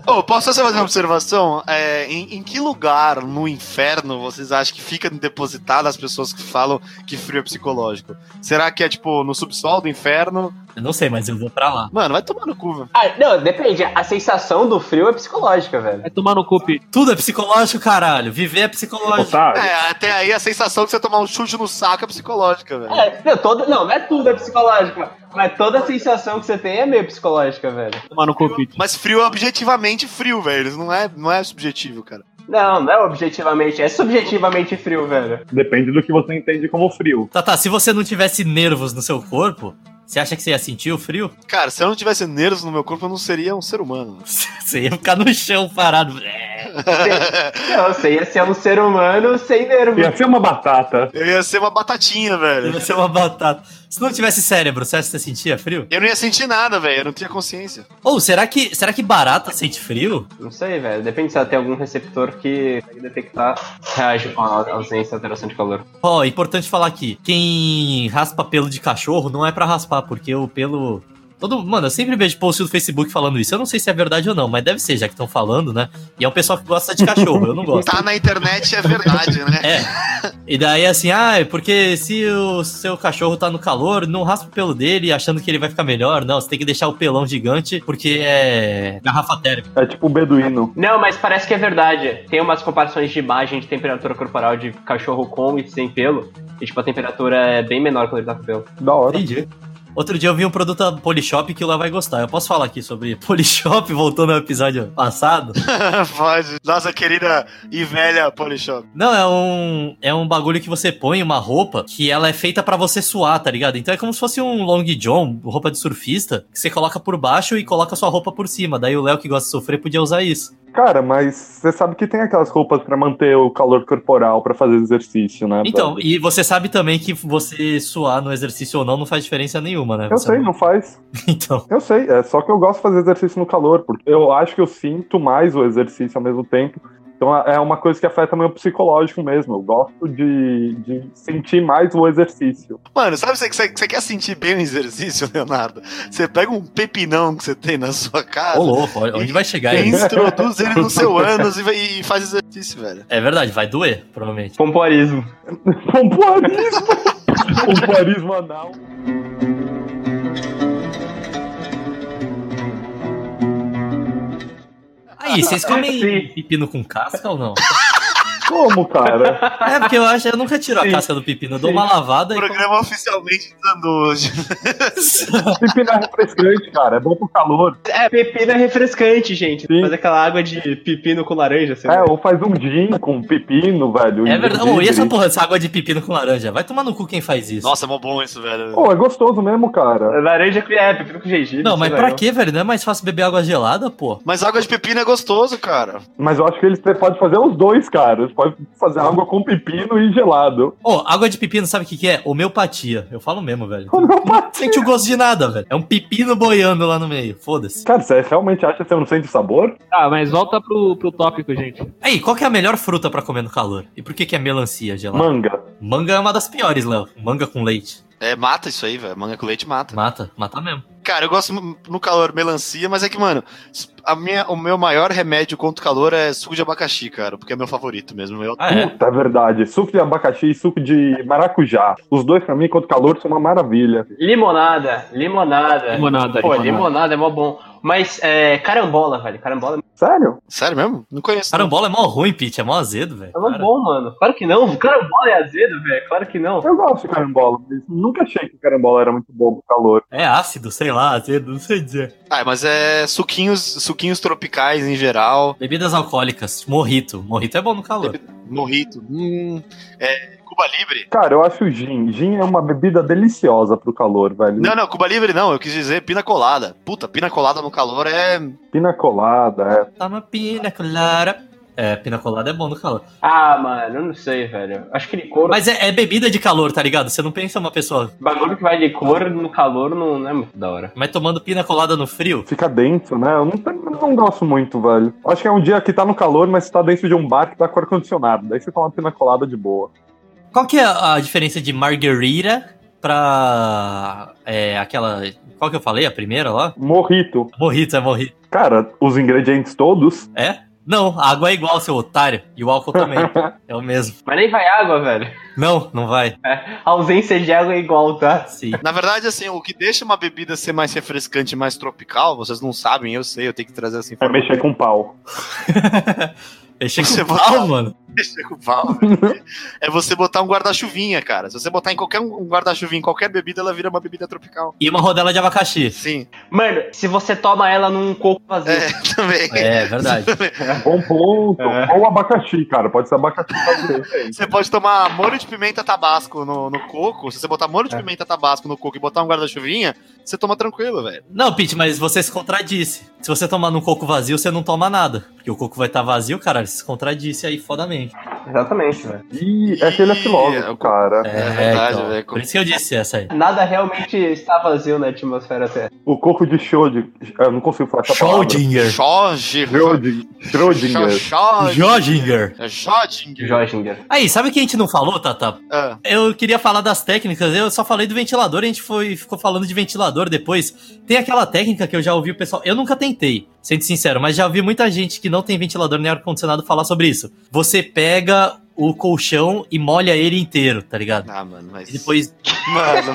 Ô, posso só fazer uma observação? É, em, em que lugar no inferno vocês acham que fica depositado as pessoas que falam que frio é psicológico? Será que é, tipo, no subsolo do inferno?
Eu não sei, mas eu vou pra lá.
Mano, vai tomar no cu, velho.
Ah, não, depende. A sensação do frio é psicológica, velho.
É tomar no cu, Pete.
Tudo é psicológico, caralho. Viver é psicológico.
Otário.
É, até aí a sensação de você tomar um chute no saco é psicológica, velho.
É, não, toda, não, não é tudo é psicológica, mas toda a sensação que você tem é meio psicológica, velho.
Tomar no cu, Pete.
Mas frio é objetivamente frio, velho. Não é, não é subjetivo, cara.
Não, não é objetivamente, é subjetivamente frio, velho.
Depende do que você entende como frio.
Tá, tá, se você não tivesse nervos no seu corpo, você acha que você ia sentir o frio? *laughs*
Cara, se eu não tivesse nervos no meu corpo, eu não seria um ser humano.
Você ia ficar no chão parado.
Não, você ia ser um ser humano sem nervo.
Ia ser uma batata.
Eu ia ser uma batatinha, velho.
Ia ser uma batata. Se não tivesse cérebro, você acha que você sentia frio?
Eu não ia sentir nada, velho. Eu não tinha consciência.
Ou será que será que barata sente frio?
Não sei, velho. Depende se ela tem algum receptor que consegue detectar, reage com a ausência de alteração de calor.
Ó, é importante falar aqui. Quem raspa pelo de cachorro não é pra raspar, porque o pelo. Todo, mano, eu sempre vejo post do Facebook falando isso. Eu não sei se é verdade ou não, mas deve ser, já que estão falando, né? E é o pessoal que gosta de cachorro, eu não gosto.
Tá na internet é verdade, né?
É. E daí assim, ah, é porque se o seu cachorro tá no calor, não raspa o pelo dele achando que ele vai ficar melhor. Não, você tem que deixar o pelão gigante, porque é garrafa térmica.
É tipo o beduíno.
Não, mas parece que é verdade. Tem umas comparações de imagem de temperatura corporal de cachorro com e sem pelo. E, tipo, a temperatura é bem menor quando ele tá com pelo.
Da hora.
Entendi. Outro dia eu vi um produto da Polishop que o Léo vai gostar. Eu posso falar aqui sobre Polishop, *laughs* voltando ao episódio passado?
*laughs* Pode. Nossa querida e velha Polishop.
Não, é um, é um bagulho que você põe uma roupa que ela é feita pra você suar, tá ligado? Então é como se fosse um long john, roupa de surfista, que você coloca por baixo e coloca sua roupa por cima. Daí o Léo que gosta de sofrer podia usar isso.
Cara, mas você sabe que tem aquelas roupas pra manter o calor corporal, pra fazer exercício, né?
Então,
velho?
e você sabe também que você suar no exercício ou não não faz diferença nenhuma, né?
Eu
Você-
sei, não faz.
*laughs* Então,
Eu sei, é só que eu gosto de fazer exercício no calor, porque eu acho que eu sinto mais o exercício ao mesmo tempo. Então é uma coisa que afeta meu psicológico mesmo. Eu gosto de, de sentir mais o exercício.
Mano, sabe você que você você quer sentir bem o exercício, Leonardo? Você pega um pepinão que você tem na sua casa,
Ô, louco, onde vai chegar
e
isso?
introduz ele no seu ânus e, vai- e faz exercício, velho.
É verdade, vai doer, provavelmente.
Pompoarismo.
*laughs* Pompoarismo! Pompoarismo anal. *laughs*
Aí, vocês comem
Sim.
pepino com casca ou não?
Como, cara?
É, porque eu acho, eu nunca tiro a
Sim.
casca do pepino, eu dou
Sim.
uma lavada e.
Programa oficialmente dando hoje. *laughs*
Pepino é refrescante, cara. É bom pro calor.
É, pepino é refrescante, gente.
Sim.
Faz aquela água de pepino com laranja, sei
É,
lá.
ou faz um gin com pepino, velho. um
É verdade. Ô, e essa
Gengibre.
porra, essa água de pepino com laranja? Vai tomar no cu quem faz isso.
Nossa, é mó bom isso, velho.
Pô, é gostoso mesmo, cara.
Laranja com é, pepino com gengibre.
não, mas
sei
pra
lá.
quê, velho? Não é mais fácil beber água gelada, pô?
Mas água de pepino é gostoso, cara.
Mas eu acho que eles podem fazer os dois, cara. Eles podem fazer água com pepino e
*laughs*
gelado.
Ô, água de pepino, sabe o que, que é? Homeopatia. Eu falo mesmo, velho.
Homeopatia.
assim?
Sente o gosto de nada, velho. É um pepino boiando lá no meio. Foda-se.
Cara, você realmente acha que você não sente o sabor?
Tá, mas volta pro, pro tópico, gente.
Aí, qual que é a melhor fruta pra comer no calor? E por que, que é melancia gelada?
Manga.
Manga é uma das piores, Léo. Manga com leite.
É, mata isso aí, velho. Manga com leite mata.
Mata, mata mesmo.
Cara, eu gosto no calor melancia, mas é que, mano, a minha, o meu maior remédio contra o calor é suco de abacaxi, cara, porque é meu favorito mesmo. Eu-
Ah, é?
Puta, é verdade. Suco de abacaxi e suco de maracujá. Os dois, pra mim, contra o calor, são uma maravilha.
Limonada, limonada.
Limonada.
Pô,
limonada.
limonada é mó bom. Mas é, carambola, velho. Carambola
Sério?
Sério mesmo? Não conheço.
Carambola é mó ruim, Pete. É mó azedo, velho.
é mó
Cara.
bom, mano. Claro que não. *laughs* Carambola é azedo, velho. Claro que não.
Eu gosto de carambola, mas nunca achei que carambola era muito bom pro calor.
É ácido, sei lá, azedo, não sei dizer.
Ah, mas é suquinhos, suquinhos tropicais em geral.
Bebidas alcoólicas, morrito. Morrito é bom no calor.
Morrito. Hum, é, Cuba Libre.
Cara, eu acho o gin. Gin é uma bebida deliciosa pro calor, velho.
Não, não, Cuba Libre não. Eu quis dizer pina colada. Puta, pina colada no calor é.
Pina colada, é.
Tá uma pina colada. É, pina colada é bom no calor.
Ah, mano, eu não sei, velho. Acho que licor.
Mas é, é bebida de calor, tá ligado? Você não pensa uma pessoa,
Bagulho que vai licor no calor não, não é muito da hora.
mas tomando pina colada no frio?
Fica denso, né? Eu não, não gosto muito, velho. Acho que é um dia que tá no calor, mas você tá dentro de um bar que tá com ar-condicionado. Daí você toma pina colada de boa.
Qual que é a diferença de margarita pra. É, aquela. Qual que eu falei? A primeira lá?
Morrito.
Morrito, é morrito.
Cara, os ingredientes todos.
É? Não, a água é igual, seu otário. E o álcool
*laughs*
também. é o mesmo.
Mas nem vai água, velho.
Não, não vai.
A ausência de água é igual, tá?
Sim.
Na verdade, assim, o que deixa uma bebida ser mais refrescante, mais tropical, vocês não sabem, eu sei, eu tenho que trazer essa
É
informação.
mexer com pau.
Deixa com
Você
o pau,
vai-
mano.
Mexer com pau.
*laughs*
é você botar um guarda-chuvinha, cara. Se você botar em qualquer um guarda-chuvinha, em qualquer bebida, ela vira uma bebida tropical.
E uma rodela de abacaxi.
Sim, *laughs*
Mano, se você toma ela num coco vazio.
É. também.
É, verdade.
Bom um ponto.
É.
Ou abacaxi, cara. Pode ser abacaxi *laughs*
É
também.
Você pode tomar molho de pimenta tabasco no, no coco. Se você botar molho de
É.
pimenta tabasco no coco e botar um guarda-chuvinha, você toma tranquilo, velho.
Não, Pete, mas você se contradisse. Se você tomar num coco vazio, você não toma nada. Porque o coco vai estar vazio, caralho. Você se contradisse aí fodamente.
Exatamente, velho.
Ih, é que ele é filósofo, cara.
É,
verdade,
então.
velho.
Por isso que eu disse essa aí.
Nada realmente está vazio na atmosfera Terra.
O coco de Schrödinger. Eu não consigo falar essa palavra.
Schrödinger.
Jorge.
Schrödinger. Schrödinger.
Jorge.
Schrödinger.
É, Jorge.
Jorginger.
Aí, sabe o que a gente não falou, Tata?
Ah,
Eu queria falar das técnicas, eu só falei do ventilador, a gente foi, ficou falando de ventilador depois. Tem aquela técnica que eu já ouvi o pessoal. Eu nunca tentei, sendo sincero, mas já ouvi muita gente que não tem ventilador nem ar-condicionado falar sobre isso. Você pega o colchão e molha ele inteiro, tá ligado?
ah, mano, mas.
E depois.
Mano,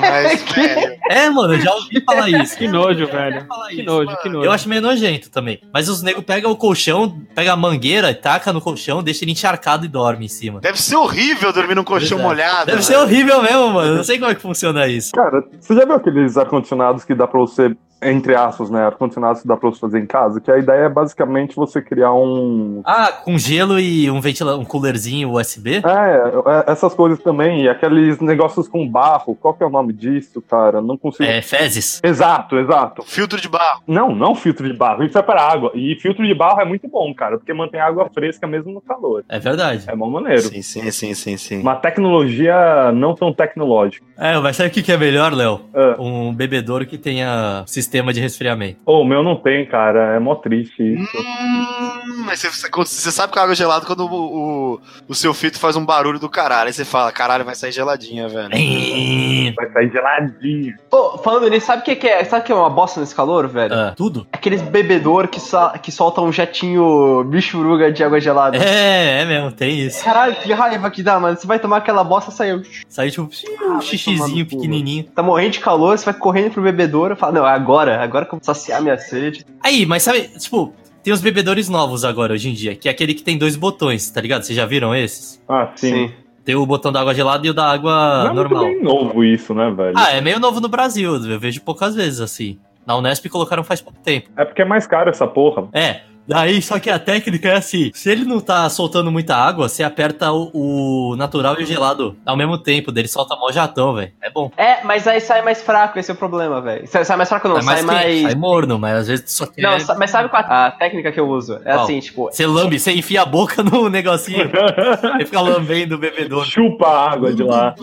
*laughs*
mas, velho.
É, mano, eu já ouvi
*laughs*
falar isso.
Que nojo, velho.
Falar
Que
isso.
nojo, que nojo.
Eu acho meio nojento também. Mas os negros pegam o colchão, pega a mangueira, taca no colchão, deixa ele encharcado e dorme em cima.
Deve ser horrível dormir num colchão
Pois é.
molhado.
Deve
né?
ser horrível mesmo, mano. Eu não sei como é que funciona isso.
Cara, você já viu aqueles ar-condicionados que dá pra você, entre aspas, né? Ar-condicionados que dá pra você fazer em casa? Que a ideia é basicamente você criar um.
Ah, com gelo e um ventilador, um coolerzinho USB?
É, é, essas coisas também. E aqueles negócios com barro. Qual que é o nome disso, cara? Não consigo.
É, fezes.
Exato, exato.
Filtro de barro.
Não, não filtro de barro. Isso é para água. E filtro de barro é muito bom, cara, porque mantém a água fresca mesmo no calor.
É verdade.
É mó maneiro.
sim, sim, sim, sim.
Uma tecnologia não tão tecnológica.
É, mas sabe o que que é melhor, Léo?
Ah.
Um bebedouro que tenha sistema de resfriamento.
Ô, o meu não tem, cara. É mó triste isso.
Hum, mas você, você- quando- você sabe que a água é gelada quando o, o, o seu filtro faz um barulho do caralho. Aí você fala, caralho, vai sair geladinha, velho.
É,
Vai sair geladinho.
Pô, falando nisso, sabe o que, que é? Sabe o que é uma bosta nesse calor, velho?
Ah, tudo?
Aqueles bebedor que, sa- que solta um jetinho bichuruga de água gelada.
É, é mesmo, tem isso.
Caralho, que raiva que dá, mano. Você vai tomar aquela bosta, saiu.
Saiu tipo um xixizinho pequenininho.
Tá morrendo de calor, você vai correndo pro bebedouro. Fala, não, é agora, agora que eu vou saciar minha sede.
Aí, mas sabe, tipo, tem os bebedores novos agora, hoje em dia, que é aquele que tem dois botões, tá ligado? Vocês já viram esses?
Ah, sim.
Tem o botão da água gelada e o da água
não é
Ah, normal.
muito bem novo isso, né, velho?
Ah, é meio novo no Brasil, eu vejo poucas vezes assim. Na Unesp colocaram faz pouco tempo.
É porque é mais caro essa porra.
É. Daí, só que a técnica é assim: se ele não tá soltando muita água, você aperta o, o natural e o gelado ao mesmo tempo, dele solta mó jatão, velho. É bom.
É, mas aí sai mais fraco, esse é o problema, velho. Sai, sai mais fraco não,
é mais
sai mais...
quente, sai morno, mas às vezes só quer.
Não, sa- mas sabe qual é a a técnica que eu uso? É
Qual?
assim, tipo...
Você lambe, você enfia a boca *laughs* no negocinho, aí fica lambendo o bebedouro.
Chupa a água de lá.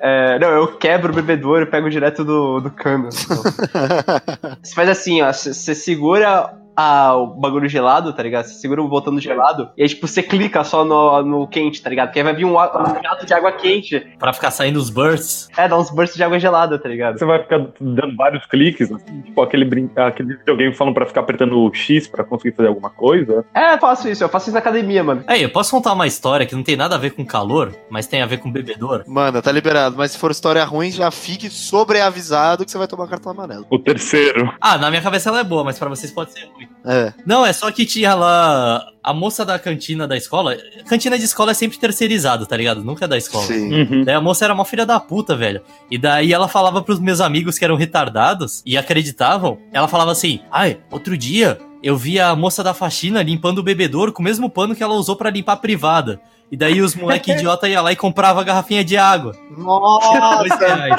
é, não, eu quebro o bebedouro e pego direto do,
*laughs*
do cano. você faz assim, ó. c- Você segura... a- o bagulho gelado, tá ligado? Você segura o botão do gelado e aí, tipo, você clica só no, no quente, tá ligado? Porque aí vai vir um, a- um jato de água quente.
Pra ficar saindo os bursts.
É, dá uns bursts de água gelada, tá ligado?
Você vai ficar dando vários cliques, assim, tipo aquele, brin... aquele videogame falando pra ficar apertando o X pra conseguir fazer alguma coisa.
É, eu faço isso, eu faço isso na academia, mano.
Aí, eu posso contar uma história que não tem nada a ver com calor, mas tem a ver com bebedouro?
Manda, tá liberado. Mas se for história ruim, já fique sobreavisado que você vai tomar cartão amarelo.
O *laughs* terceiro.
Ah, na minha cabeça ela é boa, mas pra vocês pode ser ruim.
É.
Não, é só que tinha lá a moça da cantina da escola. Cantina de escola é sempre terceirizado, tá ligado? Nunca é da escola.
Sim.
Uhum.
Daí a moça era uma filha da puta, velho. E daí ela falava pros meus amigos que eram retardados e acreditavam. Ela falava assim: ai, outro dia eu vi a moça da faxina limpando o bebedouro com o mesmo pano que ela usou pra limpar a privada. E daí os
*laughs*
moleque idiota ia lá e comprava a garrafinha de água.
Hum.
Dois
Nossa, *laughs*
reais.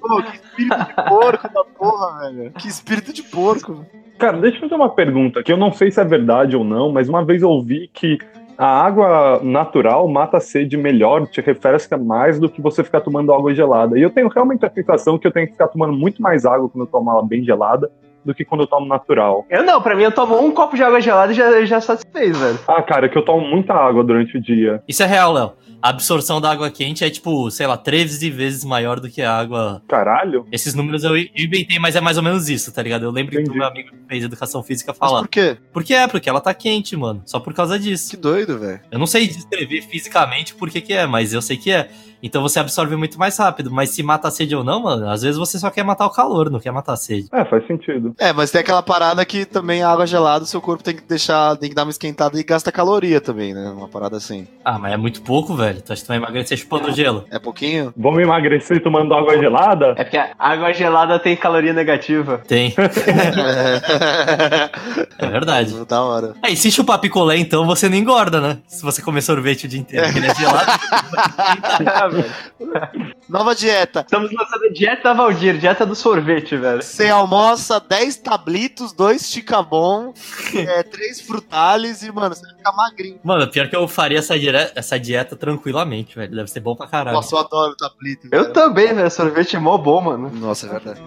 pô, que espírito de porco da porra, velho. Que espírito de porco.
Cara, deixa eu fazer uma pergunta que eu não sei se é verdade ou não, mas uma vez eu ouvi que a água natural mata a sede melhor, te refresca mais do que você ficar tomando água gelada. E eu tenho realmente a sensação que eu tenho que ficar tomando muito mais água quando eu tomo ela bem gelada do que quando eu tomo natural.
Eu não, pra mim eu tomo um copo de água gelada e já, já satisfez, velho.
Ah, cara, que eu tomo muita água durante o dia.
Isso é real, Léo. A absorção da água quente é tipo, sei lá, 13 vezes maior do que a água
Caralho.
Esses números eu inventei, mas é mais ou menos isso, tá ligado? Eu lembro que
Entendi.
o meu amigo que fez educação física
Mas
falar.
por quê?
Porque é, porque ela tá quente, mano. Só por causa disso.
Que doido, velho.
Eu não sei descrever fisicamente por que que é, mas eu sei que é. Então você absorve muito mais rápido. Mas se mata a sede ou não, mano, às vezes você só quer matar o calor, não quer matar a sede.
É, faz sentido.
É, mas tem aquela parada que também a água gelada, o seu corpo tem que deixar, tem que dar uma esquentada e gasta caloria também, né? Uma parada assim.
Ah, mas é muito pouco, velho. Tu acha que tu vai emagrecer chupando gelo?
É pouquinho?
Vamos emagrecer tomando água gelada?
É porque a água gelada tem caloria negativa.
Tem, *laughs*
*laughs* É
é
*laughs*
verdade.
da hora.
Aí, se chupar picolé, então você não engorda, né? Se você comer sorvete o dia inteiro, porque ele é gelado.
*laughs* Ah, velho.
Nova dieta.
Estamos lançando a dieta da Valdir, dieta do sorvete, velho.
Você almoça 10 tablitos, 2 chicabon,
*laughs*
3 frutales e, mano, você vai ficar magrinho.
Mano, pior que eu faria essa, dire- essa dieta tranquilamente, velho. Deve ser bom pra caralho.
Nossa, eu adoro tablito.
Eu
velho.
também, velho. Sorvete é mó bom, mano.
Nossa, é verdade.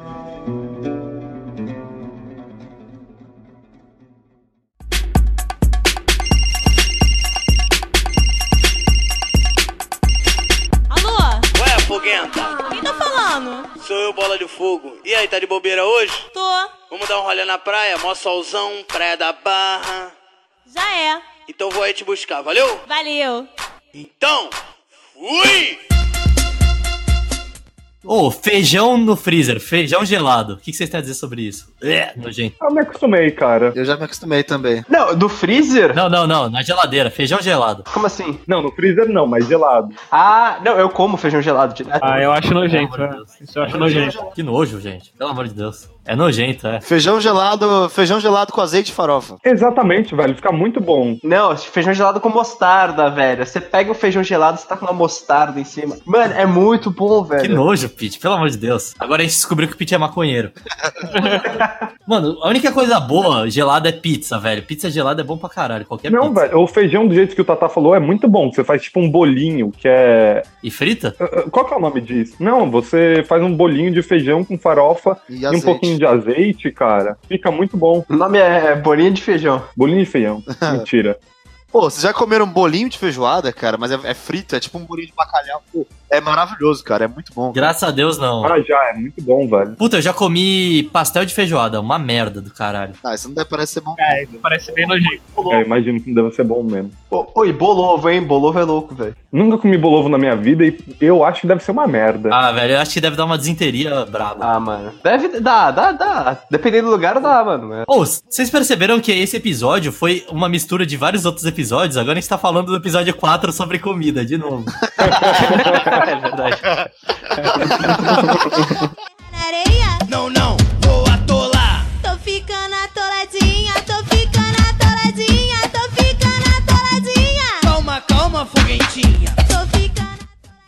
Alô?
Ué, foguenta,
Quem tá falando?
É, sou eu, bola de fogo. E aí, tá de bobeira hoje?
Tô.
Vamos dar um rolê na praia, mó solzão, praia da barra.
Já é.
Então vou aí te buscar, valeu?
Valeu.
Então, fui!
Ô, oh, feijão no freezer, feijão gelado. O que que vocês têm a dizer sobre isso? É, nojento.
Eu Ah, me acostumei, cara.
Eu já me acostumei também.
Não, do freezer?
Não, não, não, na geladeira, feijão gelado.
Como assim?
Não, no freezer não, mas gelado.
Ah, não, eu como feijão gelado direto.
Ah, eu acho nojento.
Pelo amor de
é.
Deus.
Isso eu acho nojento.
Que nojo, gente. Pelo amor de Deus. É nojento, é.
Feijão gelado, feijão gelado com azeite e farofa.
Exatamente, velho. Fica muito bom.
Não, feijão gelado com mostarda, velho. Você pega o feijão gelado, você tá com uma mostarda em cima. Mano, é muito bom,
Que
velho.
nojo. Pete, pelo amor de Deus. Agora a gente descobriu que o Pete é
*laughs*
maconheiro. Mano, a única coisa boa gelada é pizza, velho. Pizza gelada é bom pra caralho, qualquer
Não,
pizza.
velho, o feijão do jeito que o Tata falou é muito bom. Você faz tipo um bolinho que é.
E frita?
Qual que é o nome disso? Não, você faz um bolinho de feijão com farofa
E,
e um
azeite.
pouquinho de azeite, cara. Fica muito bom.
O nome é bolinha de feijão.
Bolinho de feijão. Mentira.
Pô, vocês já comeram um bolinho de feijoada, cara? Mas é, é frito, é tipo um bolinho de bacalhau. Pô, é maravilhoso, cara. É muito bom.
Graças a Deus, não.
Ah, já, é muito bom, velho.
Puta, eu já comi pastel de feijoada, uma merda do caralho.
Ah, isso não deve parecer ser bom.
É,
Parece bem nojento.
Eu imagino que deve ser bom mesmo.
Ô, Oi, bolovo, hein? Bolovo é louco, velho.
Nunca comi bolovo na minha vida e eu acho que deve ser uma merda.
Ah, velho, eu acho que deve dar uma desinteria braba.
Ah, mano. Deve. Dá, dá, dá. Dependendo do lugar, dá, mano. É.
Ô, vocês perceberam que esse episódio foi uma mistura de vários outros episódios? Agora a gente tá falando do episódio 4 sobre comida, de *laughs* novo.
É *laughs* verdade.
Na areia,
Não, não, vou atolar.
tô ficando atoladinha, tô ficando atoladinha, tô ficando atoladinha.
Calma, calma, foguetinha.
Tô ficando.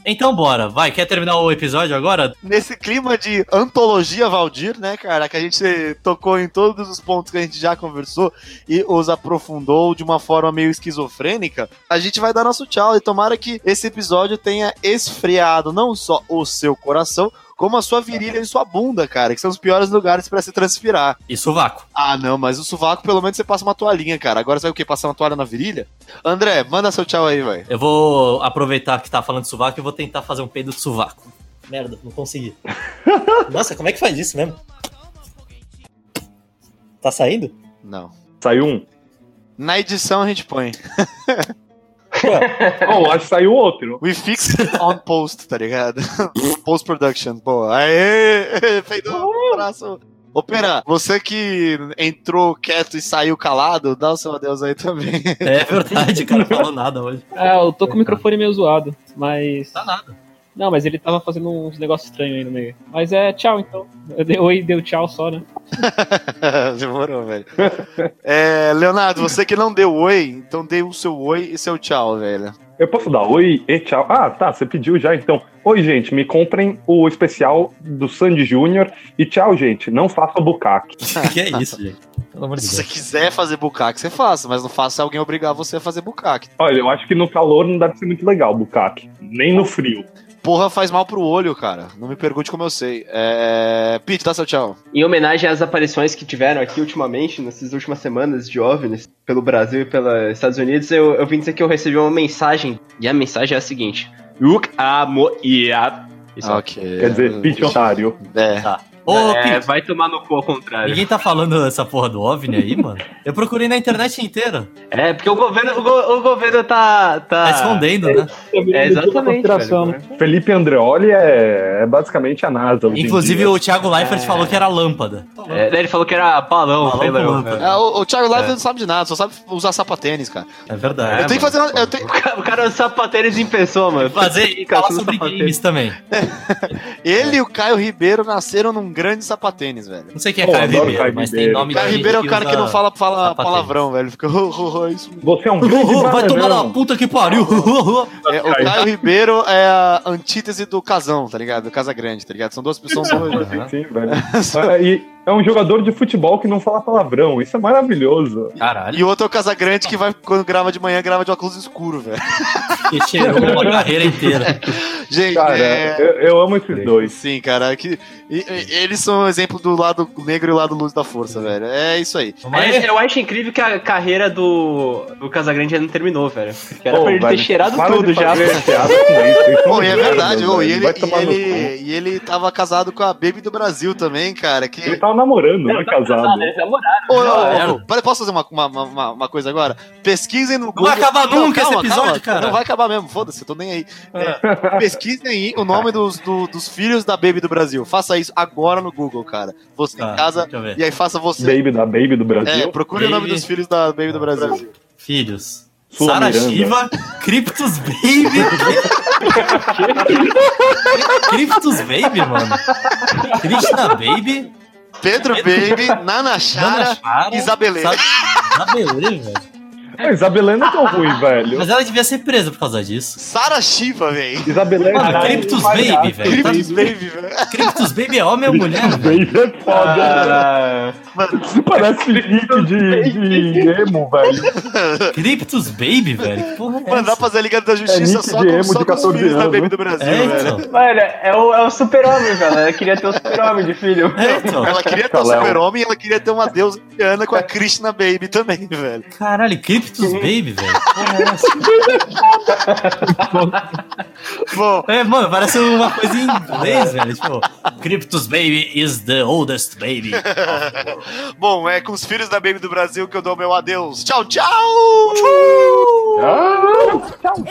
Então bora, vai, quer terminar o episódio agora?
Nesse clima de antologia Valdir, né, cara? Que a gente tocou em todos os pontos que a gente já conversou e os aprofundou de uma forma meio esquizofrênica. A gente vai dar nosso tchau e tomara que esse episódio tenha esfriado não só o seu coração, como a sua virilha e sua bunda, cara, que são os piores lugares pra se transpirar.
E sovaco.
Ah, não, mas o sovaco pelo menos você passa uma toalhinha, cara. Agora você vai o quê? Passar uma toalha na virilha? André, manda seu tchau aí, velho.
Eu vou aproveitar que tá falando de sovaco e vou tentar fazer um peido de sovaco. Merda, não *laughs* consegui. Nossa, como é que faz isso mesmo? Tá saindo?
Não.
Saiu um.
Na edição a gente põe.
Bom, Oh, acho que saiu outro.
We fix it on post, tá ligado? *laughs* Post production. Boa. Aê! *laughs* Feidou um abraço. Ô, Pera, você que entrou quieto e saiu calado, dá o seu adeus aí também. *laughs*
É verdade, o *laughs* cara não falou nada hoje.
É, eu tô com o microfone meio zoado, mas.
Tá nada.
Não, mas ele tava fazendo uns negócios estranhos aí no meio. Mas é tchau então. Eu dei oi, deu tchau só, né?
Demorou, velho. É, Leonardo, você que não deu oi, então dê o seu oi e seu tchau, velho.
Eu posso dar oi e tchau. Ah, tá, você pediu já então. Oi, gente, me comprem o especial do Sandy Júnior. E tchau, gente, não faça
*laughs*
bucaque.
que é isso, gente? Pelo amor de
Se
Deus.
você quiser fazer bucaque, você faça, mas não faça alguém obrigar você a fazer bucaque.
Olha, eu acho que no calor não deve ser muito legal bucaque. Nem no frio.
Porra, faz mal pro olho, cara. Não me pergunte como eu sei. É... Pete, dá seu tchau.
Em homenagem às aparições que tiveram aqui ultimamente, nessas últimas semanas de OVNIs, pelo Brasil e pelos Estados Unidos, eu, eu vim dizer que eu recebi uma mensagem. E a mensagem é a seguinte: Yuk amo ia. Isso
Ok.
Quer dizer, pichonário.
É.
Ô,
É,
Pete,
vai tomar no cu ao contrário.
ninguém tá falando essa porra do OVNI aí, mano? Eu procurei na internet inteira.
É, porque o governo, o, go- o governo tá.
Tá
tá...
escondendo, né?
É, exatamente.
Conspiração,
velho.
Felipe Andreoli é, é basicamente a NASA. hoje em
Inclusive,
dia.
o Thiago Leifert falou que era lâmpada.
É, daí ele falou que era balão,
Balão
sei lá.
com lâmpada.
velho.
É, o, o Thiago Live não sabe de nada, só sabe usar sapatênis, cara.
É verdade.
eu tenho que fazer. uma- Eu tenho...
O cara- O cara é um sapateiros em pessoa, mano.
Fazer e falar sobre games também.
Ele e o Caio Ribeiro nasceram num grande sapatênis, velho.
Não sei quem é
Pô,
Caio
adoro
Ribeiro,
Caio
mas tem
Ribeiro.
nome
O
de
Caio
gente
Ribeiro é o cara que
usa
não fala, fala
sapatênis.
palavrão, velho. Fica. "Oh, oh, oh", isso.
Você é um grande né?
Uhul, vai
bananão.
tomar na puta que pariu. uhul.
É, o Caio Ribeiro é a antítese do casão, tá ligado? Do Casa Grande, tá ligado? São duas pessoas hoje.
Sim, sim, velho. É, e é um jogador de futebol que não fala palavrão. Isso é maravilhoso.
Caralho,
E o outro é o Casa Grande que vai, quando grava de manhã, grava de óculos escuro, velho.
que cheirou uma carreira inteira.
Gente,
Cara,
é.
eu, eu amo esses dois.
Sim, cara. é Que... e- e- Eles são um exemplo do lado negro e o lado luz da força, velho. É isso aí.
Mas
Aliás, eu acho incrível que a carreira do, do Casagrande ainda não terminou, velho. Que era
Ô,
pra ele
velho,
ter cheirado
para
tudo
de
já.
fazer teatro com isso, isso um
Bom, e é
merda,
verdade, ô, e,
velho.
ele,
Vai tomar
e,
no cu.
ele, e ele tava casado com a Baby do Brasil também, cara.
Ele
Que...
tava namorando, não é
tava
casado.
casado, eles namoraram.
Ô, ô, ô, ô,
merda.
pera, posso fazer uma, uma, uma, uma coisa agora? Pesquisem no Google.
vai acabar nunca esse episódio, cara. Ah.
Não vai acabar mesmo, foda-se, eu tô nem aí. É, pesquisem aí o nome dos, do- dos filhos da Baby do Brasil. Faça isso agora no Google, cara. Você
Tá,
em casa,
deixa eu ver.
e aí faça você.
Baby da Baby do
É,
Brasil.
procure o nome
Baby-
dos filhos da Baby do Brasil.
Filhos.
Sua
Sara
Miranda.
Shiva, Cryptus Baby. Cryptus Baby, mano. Krishna Baby.
Pedro Baby, Nana
Nana
Chara,
Chara.
Isabelê.
Sa- Isabelê, velho.
Não, Isabelê não é tão ruim, velho.
Mas ela devia ser presa por causa disso.
Sara Shiva, velho.
Isabelê
Mano, Cryptus Baby, velho. Tá-
Cryptus Baby, velho.
Cryptus Baby é homem ou mulher? velho?
Baby é foda. velho. Parece nick de, de emo, velho.
Cryptus Baby, velho? Que porra é
Mano, dá
essa?
pra fazer a Liga da
É
Justiça
nick
só
de
com,
emo
só
de
com os
14
filhos da
anos,
Baby
né?
do Brasil,
É,
velho.
então.
Mano, é o, é o super-homem, velho. Eu queria ter o super-homem de
*laughs*
filho.
É, então.
Ela queria ter um
Léo.
super-homem e ela queria ter uma deusa indiana com a Krishna Baby também, *laughs* velho.
Caralho, Cryptus Baby, velho? Que porra é essa?
Bom,
É, mano, parece uma coisa em inglês, velho. Tipo, Cryptus Baby is the oldest baby.
bom, é com os filhos da Baby do Brasil que eu dou meu adeus. Tchau, tchau!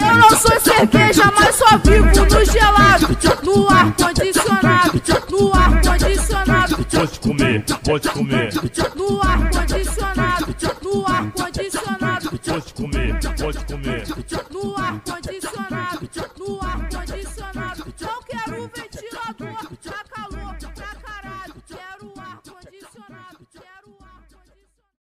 Eu não sou cerveja, mas só vivo no gelado. No ar-condicionado, no ar-condicionado. Pode comer, pode comer. No ar-condicionado, no ar-condicionado. Pode comer, pode comer. No ar-condicionado, no ar-condicionado. Não quero ventilador tá na